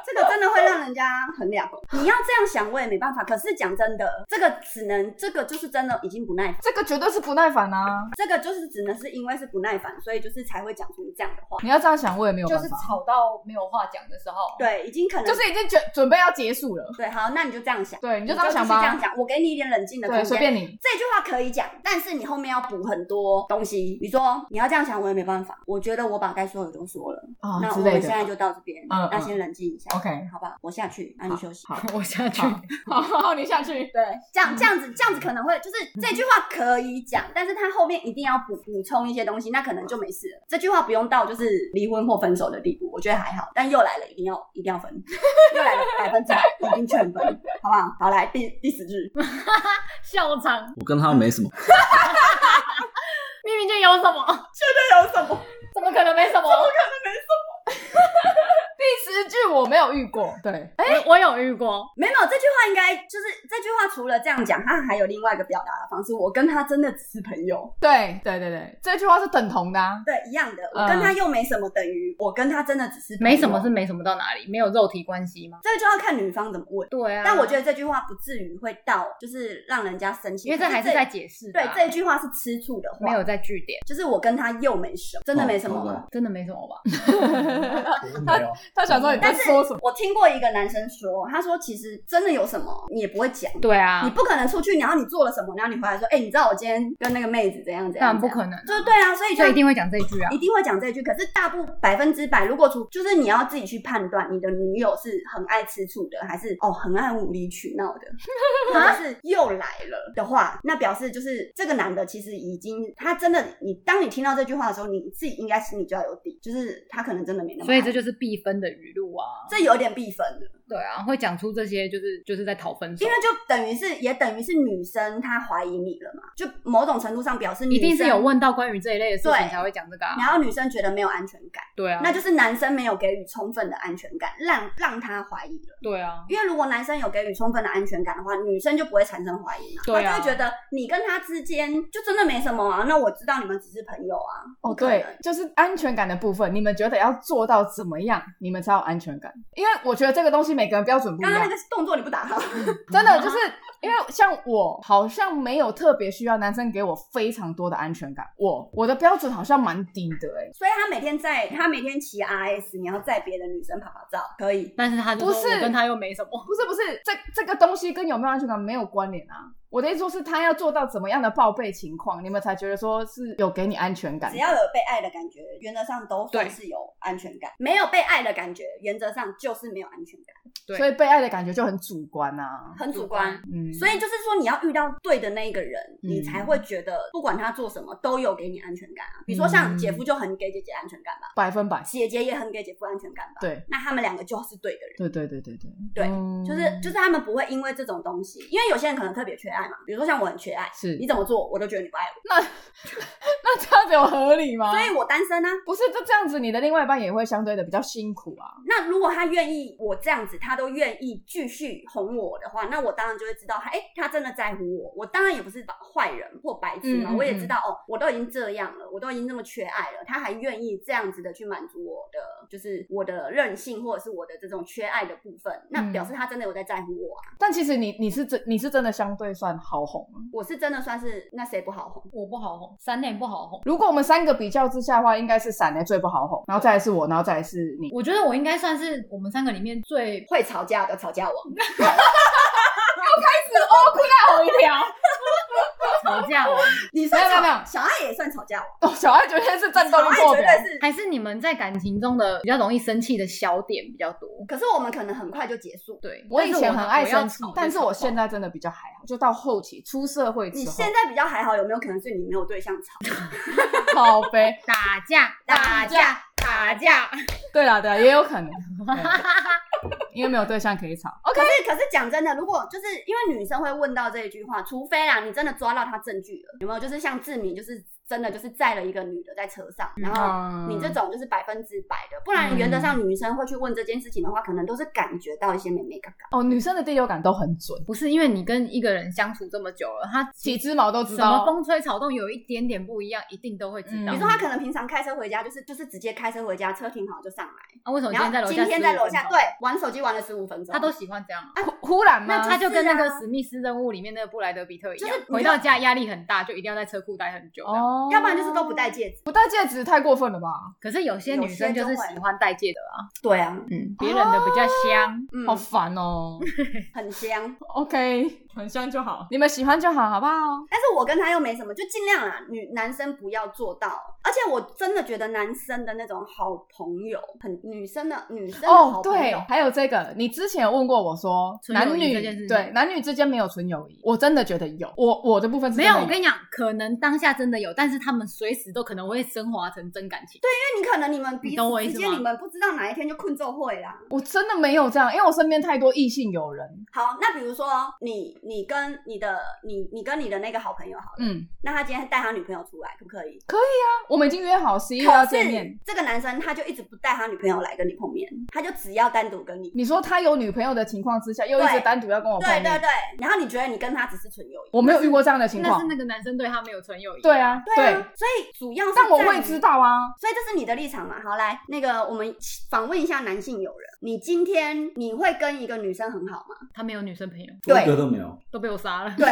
S2: 这个真的会让人家很两光。你要这样想，我也没办法。可是讲真的，这个只能，这个就是真的已经不耐烦，
S1: 这个绝对是不耐烦啊！
S2: 这个就是只能是因为是不耐烦，所以就是才会讲出这样的话。
S1: 你要这样想，我也没有办法，
S3: 吵到没有话讲的时候，
S2: 对，已经可能
S1: 就是已经准准备要结束了。
S2: 对，好，那你就这样想，
S1: 对，你
S2: 你
S1: 就这样想
S2: 就是这
S1: 吧
S2: 样。想，我给你一点冷静的空
S1: 对，
S2: 间，
S1: 随便你。
S2: 这句话可以讲，但是你后面要补很多东西。你说你要这样想，我也没办法。我觉得我把该说的都说了，
S1: 啊
S2: 那我
S1: 之类的。
S2: 们现在就到这边，
S1: 嗯
S2: 那
S1: 嗯
S2: 先冷静一下
S1: OK
S2: 好吧？我下去，那你休息。
S1: 好
S3: 我下去。
S1: 好，好，你下去。
S2: 对，这样这样子这样子可能会就是这句话可以讲，但是它后面一定要补补充一些东西，那可能就没事了。这句话不用到就是离婚或分手的地步，我觉得还好。但又来了，一定要一定要分， 又来了百分之百一定全分，好不好？好，来第第十句，
S3: 笑场，
S4: 我跟他没什么，
S3: 明明就有什么，
S2: 这有什么？
S3: 怎么可能没什么？
S1: 第十句我没有遇过，对，
S3: 我我有遇过，
S2: 没有，这句话应该就是这句话，除了这样讲，他还有另外一个表达的方式。我跟他真的只是朋友，
S1: 对对对对，这句话是等同的、 啊。
S2: 对，一样的。
S1: 嗯
S2: 我跟他又没什么，等于我跟他真的只是朋友
S3: 没什么是。没什么到哪里，没有肉体关系吗？
S2: 这就要看女方怎么问，
S3: 对啊，
S2: 但我觉得这句话不至于会到就是让人家生气，
S3: 因为这还是在解释的
S2: 对
S3: 啊，
S2: 这一句话是吃醋的
S3: 没
S2: 话，
S3: 有在据点，
S2: 就是我跟他又没什么，真的没什么。
S4: 哦哦
S3: 真的没什么吧？
S4: 没有。
S1: 他想说你在
S2: 但是
S1: 说什么？
S2: 我听过一个男生说，他说其实真的有什么你也不会讲。
S3: 对啊
S2: 你，不可能出去，然后你做了什么，然后你回来说，哎、你知道我今天跟那个妹子怎样怎
S3: 当
S2: 样
S3: 然不
S2: 怎样
S3: 可能啊，
S2: 就对啊，所以
S3: 所
S2: 就
S3: 以一定会讲这句啊
S2: 一。定会讲这句。可是大部百分之百，如果出就是你要自己去判断，你的女友是很爱吃醋的，还是哦很爱无理取 闹的，或者是又来了的话，那表示就是这个男的其实已经他真的，你当你听到这句话的时候，你自己应该心里就要有底，就是他可能真的没那么爱。
S3: 所以这就是必分的语录啊。
S2: 这有点必分了，
S3: 对啊，会讲出这些就是就是在讨分手，
S2: 因为就等于是也等于是女生她怀疑你了嘛，就某种程度上表示女
S3: 一
S2: 生
S3: 定是有，问到关于这一类的事情
S2: 对
S3: 才会讲这个啊
S2: 然。后女生觉得没有安全感，
S3: 对啊，
S2: 那就是男生没有给予充分的安全感，让让她怀疑了。
S3: 对啊，
S2: 因为如果男生有给予充分的安全感的话，女生就不会产生怀疑嘛，
S3: 对啊
S2: 她就会觉得你跟他之间就真的没什么啊，那我知道你们只是朋友啊，
S1: 哦，
S2: 不可
S1: 对
S2: 能，
S1: 就是安全感的部分，你们觉得要做到怎么样，你们才有安全感？因为我觉得这个东西每个人标准不一
S2: 刚刚那
S1: 样
S2: 个，动作你不打他，
S1: 真的就是因为像我好像没有特别需要男生给我非常多的安全感，我我的标准好像蛮低的哎、
S2: 所以他每天在他每天骑 RS，你要载别的女生拍拍照，可以。
S3: 但是他就说
S1: 不是
S3: 我跟他又没什么，
S1: 不是不是，这这个东西跟有没有安全感没有关联啊。我的意思说是他要做到怎么样的报备情况，你们才觉得说是有给你安全感
S2: 只。要有被爱的感觉，原则上都算是有安全感；没有被爱的感觉，原则上就是没有安全感，
S3: 对
S1: 所以被爱的感觉就很主观啊。
S2: 很主观。
S1: 嗯，
S2: 所以就是说，你要遇到对的那一个人，
S1: 嗯
S2: 你才会觉得不管他做什么都有给你安全感
S1: 嗯
S2: 啊。比如说像姐夫就很给姐姐安全感吧，
S1: 百分百，
S2: 姐姐也很给姐夫安全感吧。
S1: 对
S2: 那他们两个就是对的
S1: 对
S2: 人。
S1: 对对对对
S2: 对
S1: 嗯
S2: 就是就是他们不会因为这种东西，因为有些人可能特别缺爱嘛，比如说像我很缺爱，
S1: 是
S2: 你怎么做我都觉得你不爱 我，
S1: 那这样子有合理吗？
S2: 所以我单身啊，
S1: 不是，就这样子，你的另外一半也会相对的比较辛苦啊。
S2: 那如果他愿意我这样子，他都愿意继续哄我的话，那我当然就会知道他，哎、他真的在乎我。我当然也不是坏人或白痴嘛，
S1: 嗯嗯嗯
S2: 我也知道哦，我都已经这样了，我都已经这么缺爱了，他还愿意这样子的去满足我的，就是我的任性或者是我的这种缺爱的部分，那
S1: 嗯
S2: 表示他真的有在在乎我啊。
S1: 但其实你你是真你是真的相对算好哄啊。
S2: 我是真的算是那谁不好哄，
S3: 我不好哄，三点不好哄。
S1: 如果我们三个比较之下的话，应该是闪雷最不好哄，然后再来是我，然后再来是你。
S3: 我觉得我应该算是我们三个里面最
S2: 会吵架的吵架 王。
S1: 好一条
S3: 吵架王，
S2: 你算
S1: 没有
S2: 吵
S1: 没有没有
S2: 小爱也算吵架王，
S1: 哦，小爱昨天是战斗力
S2: 小爱
S1: 破
S2: 绝
S1: 表，
S2: 对是。嗯
S3: 还是你们在感情中的比较容易生气的小点比较多？
S2: 可是我们可能很快就结束。
S3: 对，
S1: 我以
S3: 但是
S1: 前很爱
S3: 我要
S1: 生气
S3: 吵就，
S1: 但是我
S3: 吵
S1: 现在真的比较还好，就到后期出社会
S2: 你
S1: 之后
S2: 现，在比较还好，有没有可能是你没有对象吵？
S1: 好呗。
S3: 打架
S2: 打架
S3: 打架，
S1: 对啦对啦，也有可能，对因为没有对象可以吵。OK，
S2: 可是可是讲真的，如果就是因为女生会问到这一句话，除非啦，你真的抓到他证据了，有没有？就是像志明，就是真的就是载了一个女的在车上，然后。
S1: 嗯
S2: 哦你这种就是百分之百的，不然原则上女生会去问这件事情的话，可能都是感觉到一些美美嘎嘎。
S1: 哦，女生的第六感都很准，
S3: 不是因为你跟一个人相处这么久了，他
S1: 几只毛都知
S3: 什么
S1: 道。
S3: 风吹草动有一点点不一样，一定都会知道。
S1: 嗯
S2: 你说她可能平常开车回家，就是就是直接开车回家，车停好就上来，
S3: 啊，为什么今天在
S2: 然
S3: 楼
S2: 后
S3: 下？
S2: 今天在楼下对，玩手机玩了十五分钟，
S3: 他都喜欢这样啊。
S1: 忽忽然吗？
S3: 那他就跟
S2: 是啊
S3: 那个史密斯任务里面那个布莱德比特一样，
S2: 就是你
S3: 回
S2: 知道
S3: 到家压力很大，就一定要在车库待很久。哦、
S1: 哦，
S2: 要不然就是都不戴戒指。
S1: 不戴戒指太过分了吧？
S3: 可是有些
S2: 有
S3: 女
S2: 些
S3: 生就是
S2: 就会
S3: 喜欢戴戒的啊，
S2: 对啊，
S3: 嗯，别人的比较香。
S2: 嗯
S1: 好，烦 哦。
S2: 很香。
S1: OK，很香就好，你们喜欢就好，好不好？
S2: 但是我跟他又没什么，就尽量啦，女男生不要做到。而且我真的觉得男生的那种好朋友，很女生的女生的
S1: 哦
S2: 好，朋
S1: 对
S2: 友，，
S1: 还有这个，你之前有问过我说，
S3: 纯友
S1: 男
S3: 谊这件事
S1: 女
S3: 情
S1: 对男女之间没有纯友谊，我真的觉得有，我我的部分是
S3: 没有，
S1: 真的
S3: 我跟你讲，可能当下真的有，但是他们随时都可能会升华成真感情。对，
S2: 因为你可能你们彼
S3: 你懂我
S2: 此
S3: 意
S2: 之
S3: 思
S2: 间，
S3: 吗
S2: 你们不知道哪一天就困咒会啦。
S1: 我真的没有这样，因为我身边太多异性友人，
S2: 好，那比如说你你跟你的你你跟你的那个好朋友好了，
S1: 嗯，
S2: 那他今天带他女朋友出来，可不可以？
S1: 我们已经约好十一月要
S2: 可
S1: 见面
S2: 是。这个男生他就一直不带他女朋友来跟你碰面，他就只要单独跟你。
S1: 你说他有女朋友的情况之下，又一直
S2: 对
S1: 单独要跟我碰
S2: 对
S1: 面，
S2: 对对，然后你觉得你跟他只是纯友谊？
S1: 我没有遇过这样的情
S3: 那
S1: 况
S3: 是。那个男生对他没有纯友谊。
S1: 对，啊，
S2: 对啊，所以主要是
S1: 但我
S2: 在
S1: 会
S2: 于
S1: 知道啊，
S2: 所以这是你的立场嘛？好，来，那个我们访问一下男性友人，你今天你会跟一个女生很好 吗？
S3: 他没有女生朋友，
S2: 对
S4: 一个都没有，
S3: 都被我杀了。
S2: 对，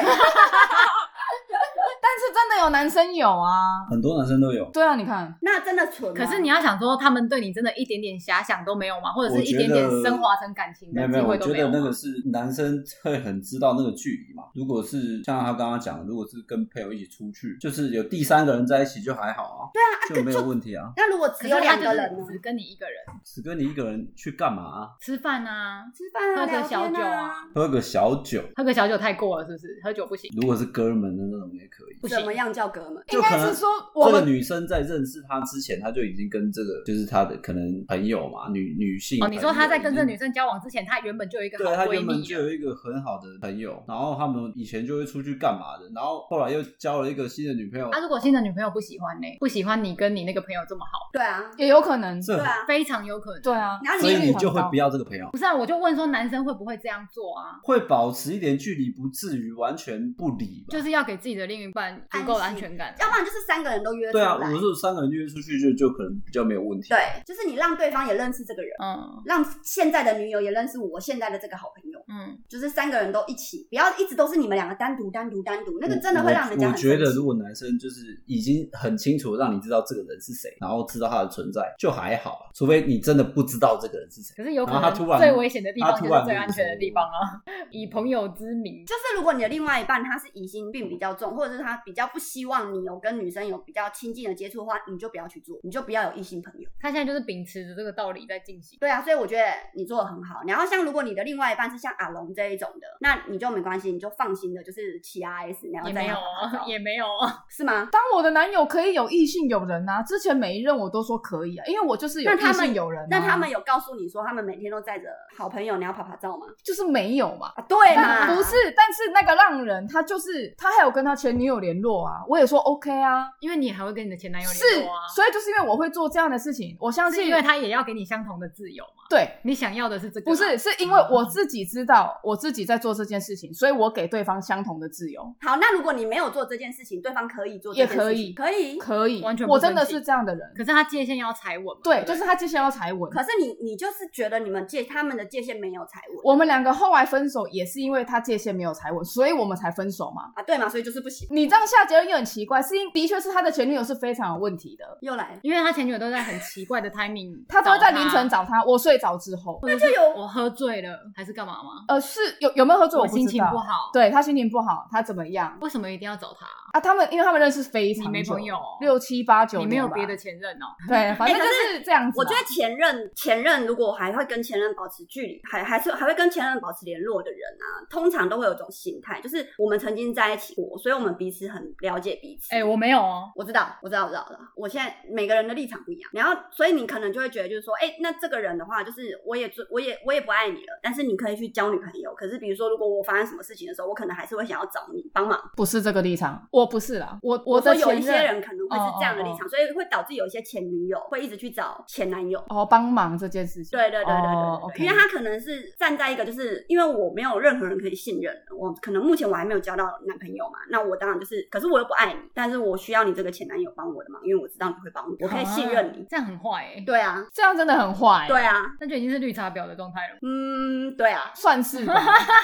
S1: 但是真的有男生有啊。
S4: 很多男生都有。
S1: 对啊，你看，
S2: 那真的蠢吗。
S3: 可是你要想说，他们对你真的一点点遐想都没有吗？或者是一点点升华成感情
S4: 没
S3: 的
S4: 有
S3: 机
S4: 没有，我
S3: 会都
S4: 觉
S3: 没有
S4: 得
S3: 吗？
S4: 那个是男生会很知道那个距离嘛。如果是像他刚刚讲的，如果是跟朋友一起出去，就是有第三个人在一起就还好 啊，对啊，就没有问题啊。
S2: 那如果只有
S3: 可是
S2: 两
S3: 他就
S2: 个人啊呢
S3: 是？只跟你一个人
S4: 只跟你一个人去干嘛啊？
S3: 吃饭啊，
S2: 吃饭啊，
S3: 喝个
S2: 聊
S3: 小
S2: 天
S3: 酒
S2: 啊
S3: 啊，
S4: 喝个小酒，
S3: 喝个小酒太过了，是不是？喝酒不行。
S4: 如果是哥们的那种也可以。
S3: 不
S2: 怎么
S3: 行，
S2: 样叫哥们？
S1: 应该是说我
S4: 这个
S1: 们
S4: 女生在认识他之前，他就已经跟这个就是他的可能朋友嘛，女女性
S3: 哦，你说
S4: 朋友
S3: 她在跟这
S4: 已经
S3: 女生交往之前，她原本就有一个好
S4: 对她
S3: 闺
S4: 原本
S3: 蜜啊
S4: 就
S3: 了，
S4: 有一个很好的朋友，然后他们以前就会出去干嘛的，然后后来又交了一个新的女朋友，
S3: 啊她如果新的女朋友不喜欢呢、不喜欢你跟你那个朋友这么好，
S2: 对啊，
S1: 也有可能，
S4: 这
S2: 对啊，
S3: 非常有可能。
S1: 对啊，
S2: 然后
S4: 嗯所以
S1: 几率
S4: 你
S1: 很
S4: 就会
S1: 高
S4: 不要这个朋友，
S3: 不是啊，我就问说男生会不会这样做啊？
S4: 会保持一点距离，不至于完全不理吧。
S3: 就是要给自己的另一半足够的安全感。啊
S2: 要不然就是三个人都约出
S4: 对啊，
S2: 来。
S4: 我们是三个人约出去就就可能比较没有问题。
S2: 对，就是你让对方也认识这个人，
S3: 嗯
S2: 让现在的女友也认识我现在的这个好朋友，
S3: 嗯，
S2: 就是三个人都一起，不要一直都是你们两个单独单独单独，那个真的会让人家
S4: 我我
S2: 很
S4: 觉
S2: 生
S4: 得，
S2: 气
S4: 如果男生就是已经很清楚让你知道这个人是谁，然后知道他的存在，就还好吧。除非你真的不知道这个人是谁。
S3: 可是有可
S4: 然后他突
S3: 能
S4: 然
S3: 最危险的地方就
S4: 他突然
S3: 是最安全的地方啊！以朋友之名，
S2: 就是如果你的另外一半他是疑心病比较重，或者是他比较不希望你有跟女生有比较亲近的接触的话，你就不要去做，你就不要有异性朋友。
S3: 他现在就是秉持着这个道理在进行。
S2: 对啊，所以我觉得你做的很好。然后像如果你的另外一半是像阿龙这一种的，那你就没关系，你就放心的，就是骑 RS，然后
S3: 也
S2: 再
S3: 没有
S2: 打
S3: 啊
S2: 打，
S3: 也没有啊，
S2: 是吗？
S1: 当我的男友可以有异性友人啊，之前每一任我都说可以啊，因为我就是有
S2: 那他
S1: 异
S2: 们
S1: 性友人、啊
S2: 那他们有告诉你说他们每天都载着好朋友，你要拍拍照吗？
S1: 就是没有嘛。
S2: 啊，对
S1: 但
S2: 嘛，
S1: 不是，但是那个浪人他就是他还有跟他前女友联络啊，我也说 OK 啊，
S3: 因为你还会跟你的前男友
S1: 是
S3: 联络啊，，
S1: 所以就是啊因为我会做这样的事情，我相
S3: 是
S1: 信
S3: 因为他也要给你相同的自由嘛。
S1: 对，
S3: 你想要的是这个啊，
S1: 不是是因为我自己知道我自己在做这件事情，所以我给对方相同的自由，
S2: 好，那如果你没有做这件事情，对方可以做这件事情，
S1: 也
S2: 可以，可以。
S1: 可以，
S3: 完全不
S1: 我真的
S3: 生气
S1: 是这样的人
S3: 可，是他界限要踩稳嘛。
S1: 对，
S3: 不
S1: 就是他接下来要踩稳。
S2: 可是你你就是觉得你们界他们的界限没有踩稳
S1: 我们两个后来分手也是因为他界限没有踩稳，所以我们才分手嘛。
S2: 啊，对嘛，所以就是不行，
S1: 你这样下结论也很奇怪，是因的确是他的前女友是非常有问题的，
S2: 又来了。
S3: 因为他前女友都在很奇怪的 timing，
S1: 他都会在
S3: 找
S1: 凌晨找他，我睡着之后，
S2: 就有
S3: 我喝醉了还是干嘛吗？
S1: 呃，是有有没有喝醉
S3: 我
S1: 不
S3: 心
S1: 知
S3: 情
S1: 道，
S3: 不好，，
S1: 对他心情不好，他怎么样
S3: 为什么一定要找他？
S1: 啊？他们因为他们认识非常
S3: 你
S1: 久，
S3: 没朋友哦
S1: 六七八九，
S3: 你没有别的，前任哦？
S1: 对，反正就是这样子嘛。
S2: 哎我觉得前任前任如果还会跟前任保持距离，还还是还会跟前任保持联络的人啊，通常都会有一种心态，就是我们曾经在一起过，所以我们彼此很了解彼此。
S3: 哎、我没有哦。
S2: 我知道，我知道，我知道了。我现在每个人的立场不一样，然后所以你可能就会觉得，就是说，哎、那这个人的话，就是我也尊我也我也不爱你了，但是你可以去交女朋友。可是比如说，如果我发生什么事情的时候，我可能还是会想要找你帮忙。
S1: 不是这个立场，我不是啦，我
S2: 我
S1: 我的
S2: 说有
S1: 前
S2: 一些人可能会是这样的立
S1: 哦
S2: 场，所以会导致有一些前女友会一直去找前男友。
S1: 哦帮忙这件事情，
S2: 对对对对对对
S1: 哦，OK
S2: 因为他可能是站在一个，就是因为我没有任何人可以信任，我可能目前我还没有交到男朋友嘛，那我当然就是，可是我又不爱你，但是我需要你这个前男友帮我的忙，因为我知道你会帮我，我可以信任你
S3: 啊。这样很坏哎、
S2: 对啊，
S1: 这样真的很坏，
S2: 对，啊，
S3: 那就已经是绿茶婊的 状态了。
S2: 嗯，对啊。
S1: 算是吧，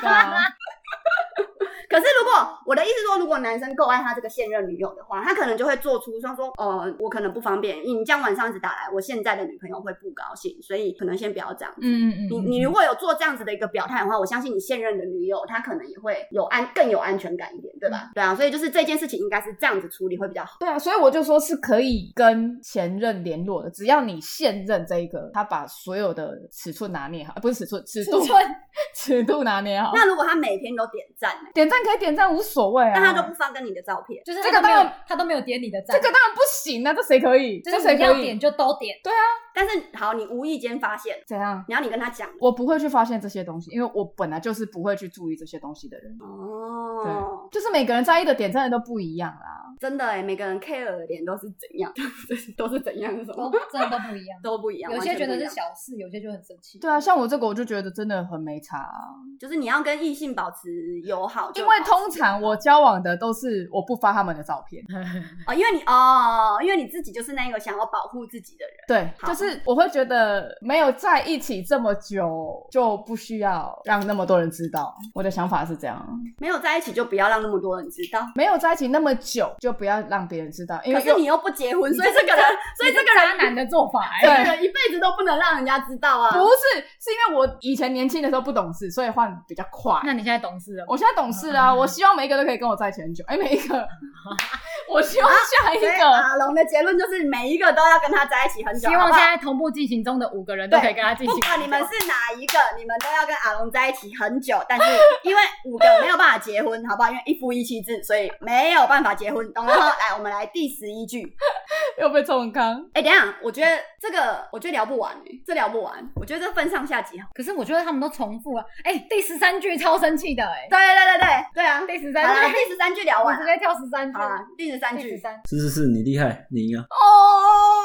S1: 对啊，
S2: 可是如果我的意思说，如果男生够爱他这个现任女友的话，他可能就会做出像说，呃，我可能不方便，你这样晚上一直打来，我现在的女朋友会不高兴，所以可能先不要这样。
S1: 嗯嗯嗯，
S2: 你你如果有做这样子的一个表态的话，我相信你现任的女友她可能也会有安更有安全感一点，对
S1: 嗯
S2: 吧？对啊，所以就是这件事情应该是这样子处理会比较好。
S1: 对啊，所以我就说是可以跟前任联络的，只要你现任这一个，他把所有的尺寸拿捏好，啊不是尺寸，尺度，尺度拿捏好。
S2: 那如果他每天都点赞呢、
S1: 点赞可以点赞无所谓啊，
S2: 但他都不放跟你的照片，
S3: 就是
S1: 这
S3: 这
S1: 个
S3: 个没
S1: 当
S3: 有
S1: 然，
S3: 他都没有点你的赞，
S1: 这个当然不行啊，这谁可以？
S3: 就
S1: 这
S3: 是
S1: 谁
S3: 你要
S1: 可
S3: 点
S1: 以？
S3: 就都点，
S2: 但是好，你无意间发现，
S1: 怎样？
S2: 然后你跟他讲
S1: 我不会去发现这些东西，因为我本来就是不会去注意这些东西的人。
S2: 哦，
S1: 就是每个人在意的点赞的都不一样啦。
S2: 真的哎、每个人 care 的点都是怎样， 都是怎样什
S3: 都
S2: 么
S1: 哦
S3: 真的都不一样。
S2: 都不一样，
S3: 有些
S2: 完
S3: 觉
S2: 全不
S3: 得
S2: 一样，
S3: 是小事，有些就很生气。
S1: 对啊，像我这个我就觉得真的很没差啊、
S2: 就是你要跟异性保持友好就
S1: 因
S2: 好，
S1: 为通常我交往的都是我不发他们的照片。
S2: 哦，因为你哦，因为你自己就是那个想要保护自己的人。
S1: 对，
S2: 好
S1: 就是我会觉得没有在一起这么久，就不需要让那么多人知道。我的想法是这样，
S2: 没有在一起就不要让那么多人知道。
S1: 没有在一起那么久，就不要让别人知道，因
S2: 可
S1: 为
S2: 是
S1: 又
S2: 你又不结婚，所以这个人，所以这个
S3: 渣
S2: 人，
S3: 男的做法、
S1: 对
S3: 欸，
S2: 这个人一辈子都不能让人家知道啊。
S1: 不是是因为我以前年轻的时候不懂事，所以换比较快。
S3: 那你现在懂事了吗？
S1: 我现在懂事啊啦、我希望每一个都可以跟我在一起很久。哎、每一 个，我希望下一
S2: 所以
S1: 个。
S2: 啊阿龙的结论就是每一个都要跟他在一起很久，
S3: 希望
S2: 好不
S3: 现
S2: 好
S3: 在在同步进行中的五个人都可以跟他进行
S2: 不
S3: 互动。
S2: 管你们是哪一个，你们都要跟阿龙在一起很久。但是因为五个没有办法结婚，好不好？因为一夫一妻制，所以没有办法结婚，懂了吗？来，我们来第十一 句。
S1: 又被冲康，
S2: 哎、等一下，我觉得这个我觉得聊不完、欸，这聊不完。我觉得这分上下集好。
S3: 可是我觉得他们都重复啊！哎、第十三句超生气的哎、
S2: 对对对对对啊！
S3: 第十
S2: 好
S3: 三
S2: 啦，
S3: 句，
S2: 第十三句聊
S3: 我
S2: 完
S1: 啊
S3: 直
S2: 了。
S3: 接跳十三句
S2: 好，啦，第十三
S3: 第十
S2: 句。
S3: 三，
S4: 是是是，你厉害，你赢啊！
S1: 哦，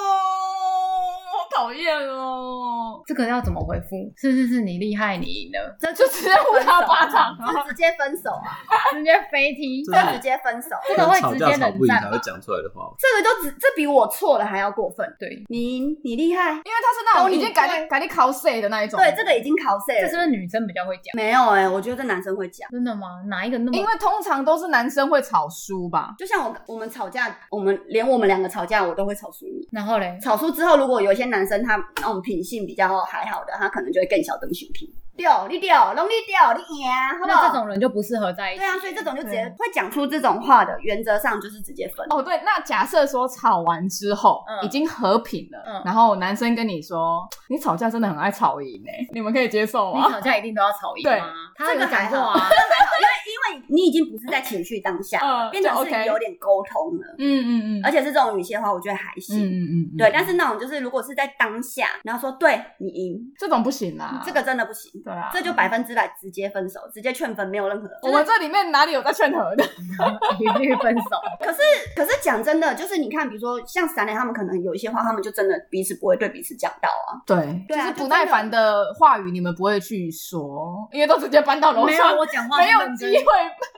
S1: 好讨厌哦，
S3: 这个要怎么回复？是是是，你厉害，你赢 了，
S2: 这
S1: 就直接呼他巴掌啊！
S2: 就直接分手啊！
S3: 直接飞踢。
S4: 这
S2: 就直
S4: 是
S2: 接分手，
S3: 这个会
S4: 吵
S3: 直
S4: 架
S3: 接
S4: 吵不
S3: 冷
S4: 赢
S3: 战
S4: 才会
S2: 啊
S3: 吧？
S4: 讲出来的话。
S2: 这个就只这比我错了还要过分。
S3: 对，
S2: 你你厉害，
S1: 因为他是那
S2: 都
S1: 种
S2: 你
S1: 已经改改你考试的那一种，
S2: 对，这个已经考碎
S3: 这
S2: 了
S3: 是。不是女生比较会讲？
S2: 没有哎、我觉得这男生会讲。
S3: 真的吗？哪一个那
S1: 因
S3: 么？
S1: 为通常都是男生会吵输吧，
S2: 就像我我们吵架，我们连我们两个吵架，我都会吵输你。
S3: 然后嘞，
S2: 吵输之后，如果有一些男生他那种品性比较还好的，他可能就会更小灯小皮。掉你掉，弄你掉，你赢，好不
S3: 那这
S2: 好？
S3: 种人就不适合在一起。
S2: 对啊，所以这种就直接
S3: 对
S2: 会讲出这种话的，原则上就是直接分。
S1: 哦，对，那假设说吵完之后、
S3: 嗯
S1: 已经和平了，
S3: 嗯
S1: 然后男生跟你说你吵架真的很爱吵赢哎、 你们可以接受
S3: 你
S1: 吗？
S3: 吵架一定都要吵赢
S1: 对
S3: 吗？他
S2: 这
S3: 有
S2: 个还
S3: 讲过
S2: 好，
S3: 啊
S2: 这，个还好，因为因为你已经不是在情绪当 下，
S1: 嗯
S2: 变成
S1: 就是 OK
S2: 有点沟通了，
S1: 嗯嗯嗯，
S2: 而且是这种语气的话，我觉得还
S1: 嗯
S2: 行。
S1: 嗯嗯，嗯
S2: 对，但是那种就是如果是在当下，然后说对你赢，
S1: 这种不行啦，
S2: 这个真的不行。
S1: 对啊，
S2: 这就百分之百直接分手，直接劝分，没有任何。
S1: 我
S2: 就是
S1: 们这里面哪里有在劝和的？
S3: 一律分手。
S2: 可是讲真的，就是你看，比如说像闪雷他们，可能有一些话，他们就真的彼此不会对彼此讲到啊。
S1: 对，
S2: 对
S1: 就
S2: 啊
S1: 是
S2: 就
S1: 不耐烦的话语，你们不会去说，因为都直接搬到楼
S3: 没
S1: 上
S3: 有，，我讲 话
S1: 没有
S3: 认
S1: 机
S3: 真
S1: 会。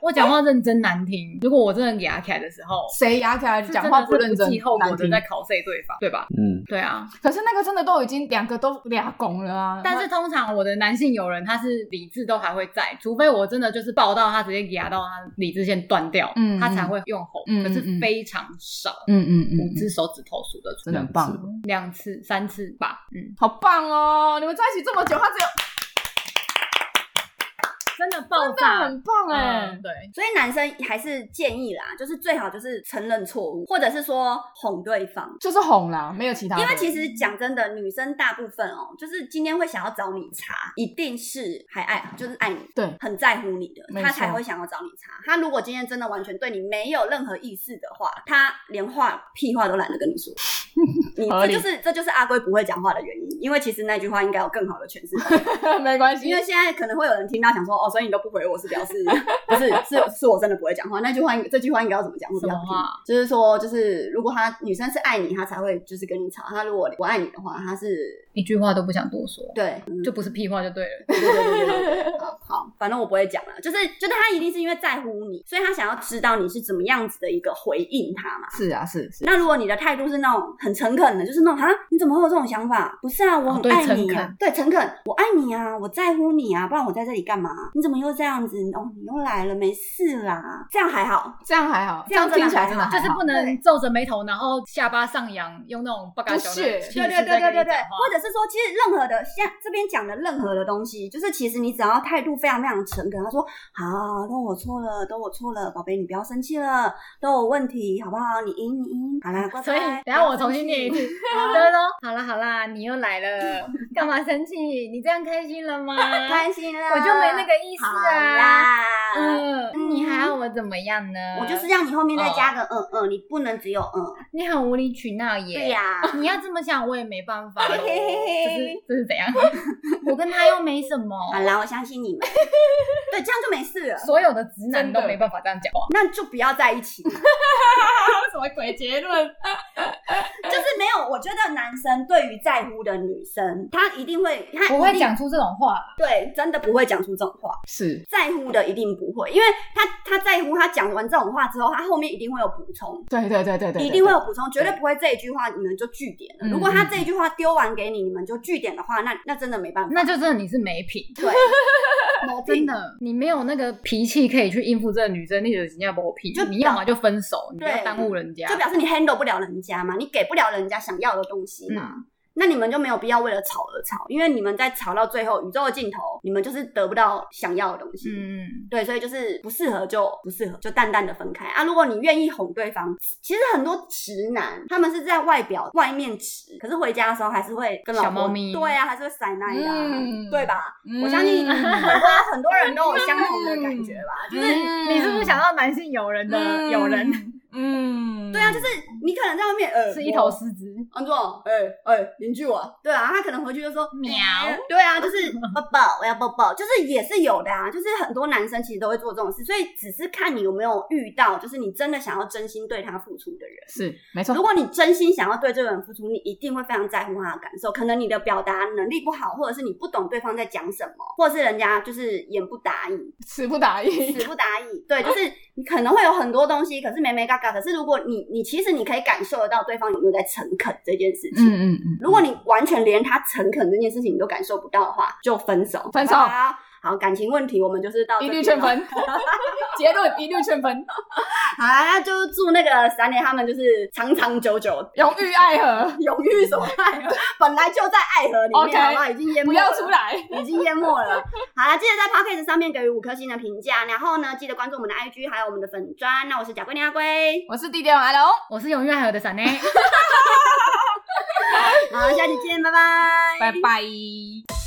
S3: 我讲话认真难听。如果我真的牙起来的时候，
S1: 谁压起来
S3: 是
S1: 讲话
S3: 真的是
S1: 认真
S3: 不计后，
S1: 难
S3: 果的
S1: 听。
S3: 在考碎对方，对吧？
S4: 嗯，
S3: 对啊，
S1: 可是那个真的都已经两个都俩拱了啊，
S3: 但是通常我的男性友人他是理智都还会在，除非我真的就是爆到他直接压到他理智线断掉，
S1: 嗯
S3: 他才会用吼，
S1: 嗯
S3: 可是
S1: 嗯嗯
S3: 非常少，
S1: 嗯嗯嗯
S3: 五
S1: 嗯，
S3: 只手指头数得出
S1: 真的
S3: 来，
S1: 很棒，
S4: 两
S3: 两次、三次吧，嗯，
S1: 好棒哦！你们在一起这么久，他只有
S3: 真的爆
S1: 真的
S3: 炸，
S1: 哦很棒哎、
S3: 嗯，对，
S2: 所以男生还是建议啦，就是最好就是承认错误，或者是说哄对方。
S1: 就是哄啦，没有其他的。
S2: 因为其实讲真的，女生大部分哦，就是今天会想要找你茬，一定是还爱，就是爱你，
S1: 对
S2: 很在乎你的
S1: 没，错
S2: 他才会想要找你茬。他如果今天真的完全对你没有任何意思的话，他连话屁话都懒得跟你 说。你
S1: 合
S2: 这
S1: 理
S2: 就是这就是阿龟不会讲话的原因，因为其实那句话应该有更好的诠释方 法。
S1: 没关系
S2: 因，为现在可能会有人听到想说哦，所以你都不回我是表示不是是是我真的不会讲话。那句话应这句话应该要怎么讲会比较好
S3: 什么话
S2: 听？就是说，就是如果他女生是爱你，她才会就是跟你吵；她如果不爱你的话，她是
S3: 一句话都不想多说，
S2: 对嗯
S3: 就不是屁话就对了。
S2: 对对对对对对，好好，反正我不会讲了。就是就是他一定是因为在乎你，所以他想要知道你是怎么样子的一个回应他嘛。
S1: 是啊是是，
S2: 那如果你的态度是那种很诚恳的，就是那种啊，你怎么会有这种想法？不是啊，我
S3: 哦
S2: 很
S3: 对
S2: 爱
S3: 诚
S2: 你啊
S3: 恳，
S2: 对，诚恳，我爱你啊，我在乎你啊，不然我在这里干嘛？你怎么又这样子？哦，你又来了，没事啦，这样还好。
S1: 这样还好，
S2: 这样真的
S1: 听起来
S2: 还
S1: 真
S2: 好
S1: 的还好
S3: 就是不能皱着眉头，然后下巴上扬，用那种不敢小的气势
S2: 对对对对对对，或者是说，其实任何的像这边讲的任何的东西，就是其实你只要态度非常非常诚恳，他说好，都我错了，都我错了，宝贝，你不要生气了，都有问题，好不好？你赢，你赢，好啦，乖乖。
S3: 所以等一
S2: 不
S3: 下
S2: 要
S3: 我
S2: 生
S3: 重新
S2: 气
S3: 念一次，对喽，好啦好啦，你又 来了，干嘛生气？你这样开心了吗？
S2: 开心啦，
S3: 我就没那个意思
S2: 好
S3: 啊。
S2: 啦，
S3: 嗯，
S2: 嗯
S3: 你还要我怎么样呢？
S2: 我就是让你后面再加个嗯嗯，你不能只有嗯，
S3: 你很无理取闹耶。
S2: 对、呀，
S3: 你要这么想，我也没办法咯。
S2: 嘿嘿嘿
S3: 这是这 是怎样？我跟他又没什么。
S2: 好啦，我相信你们，对，这样就没事了，
S3: 所有的直男都
S1: 真的
S3: 没办法这样讲 话，
S2: 那就不要在一起，就
S1: 什么鬼结论？
S2: 是没有，我觉得男生对于在乎的女生，他一定会，他一定
S3: 不会讲，出这种话啦。
S2: 对，真的不会讲出这种话，
S1: 是
S2: 在乎的一定不会，因为他他在乎，他讲完这种话之后，他后面一定会有补充，
S1: 对对对对对对，
S2: 一定会有
S1: 对
S2: 补充，绝对不会这一句话你们就据点了。
S1: 嗯
S2: 如果他这一句话丢完给你，你们就据点的话，那那真的没办法。
S3: 那就真的你是没品，
S2: 对，毛
S3: 哦真
S2: 病。
S3: 的， 你没有那个脾气可以去应付这个女生，你就是人家不屁，
S2: 就
S3: 你要么就分手，你不要
S2: 对
S3: 耽误人家嗯
S2: 就。表示你 handle 不了人家嘛，你给不了人家想要的东西嘛。那你们就没有必要为了吵而吵，因为你们在吵到最后宇宙的尽头，你们就是得不到想要的东西。
S3: 嗯，
S2: 对，所以就是不适合就不适合，就淡淡的分开啊。如果你愿意哄对方，其实很多直男他们是在外表外面直，可是回家的时候还是会跟老婆
S3: 小猫咪
S2: 对啊，还是会塞奶的、啊，
S1: 嗯
S2: 对吧？
S1: 嗯
S2: 我相信很多很多人都有相同的感觉 吧， 就是
S1: 嗯
S3: 你是不是想到男性友人的友人？
S1: 嗯，
S2: 对啊，就是你可能在外面呃
S3: 是一头狮子？
S2: 安卓，哎哎，邻居我，对啊，他可能回去就说
S3: 喵
S2: 哎对啊，就是 抱抱，我要抱抱，就是也是有的啊，就是很多男生其实都会做这种事，所以只是看你有没有遇到，就是你真的想要真心对他付出的人。
S1: 是没错
S2: 如，果你真心想要对这个人付出，你一定会非常在乎他的感受。可能你的表达能力不好，或者是你不懂对方在讲什么，或者是人家就是言不达意，
S1: 词不达意
S2: 词。不达意。对，就是你可能会有很多东西，可是没没嘎嘎。可是如果你你其实你可以感受得到对方有没有在诚恳这件事情。
S1: 嗯嗯，
S2: 如果你完全连他诚恳这件事情你都感受不到的话，就分手，
S1: 分手
S2: 好吧好，感情问题我们就是到 这
S1: 一
S2: 边
S1: 律劝
S2: 了。
S1: 分，结论一律劝分，
S2: 好啦，那就祝那个三年他们就是长长久 久，
S1: 永浴爱 河，
S2: 永浴什么爱 河，本来就在爱河里面
S1: OK，
S2: 好不好？已经淹没了，
S1: 不要出来。
S2: 已经淹没了。好了，记得在 Podcast 上面给予五颗星的评价，然后呢，记得关注我们的 IG，还有我们的粉砖。那我是贾桂林阿龟，
S1: 我是地点王阿龙，
S3: 我是永远爱河的闪呢。
S2: 好，下期见，拜拜，
S1: 拜拜。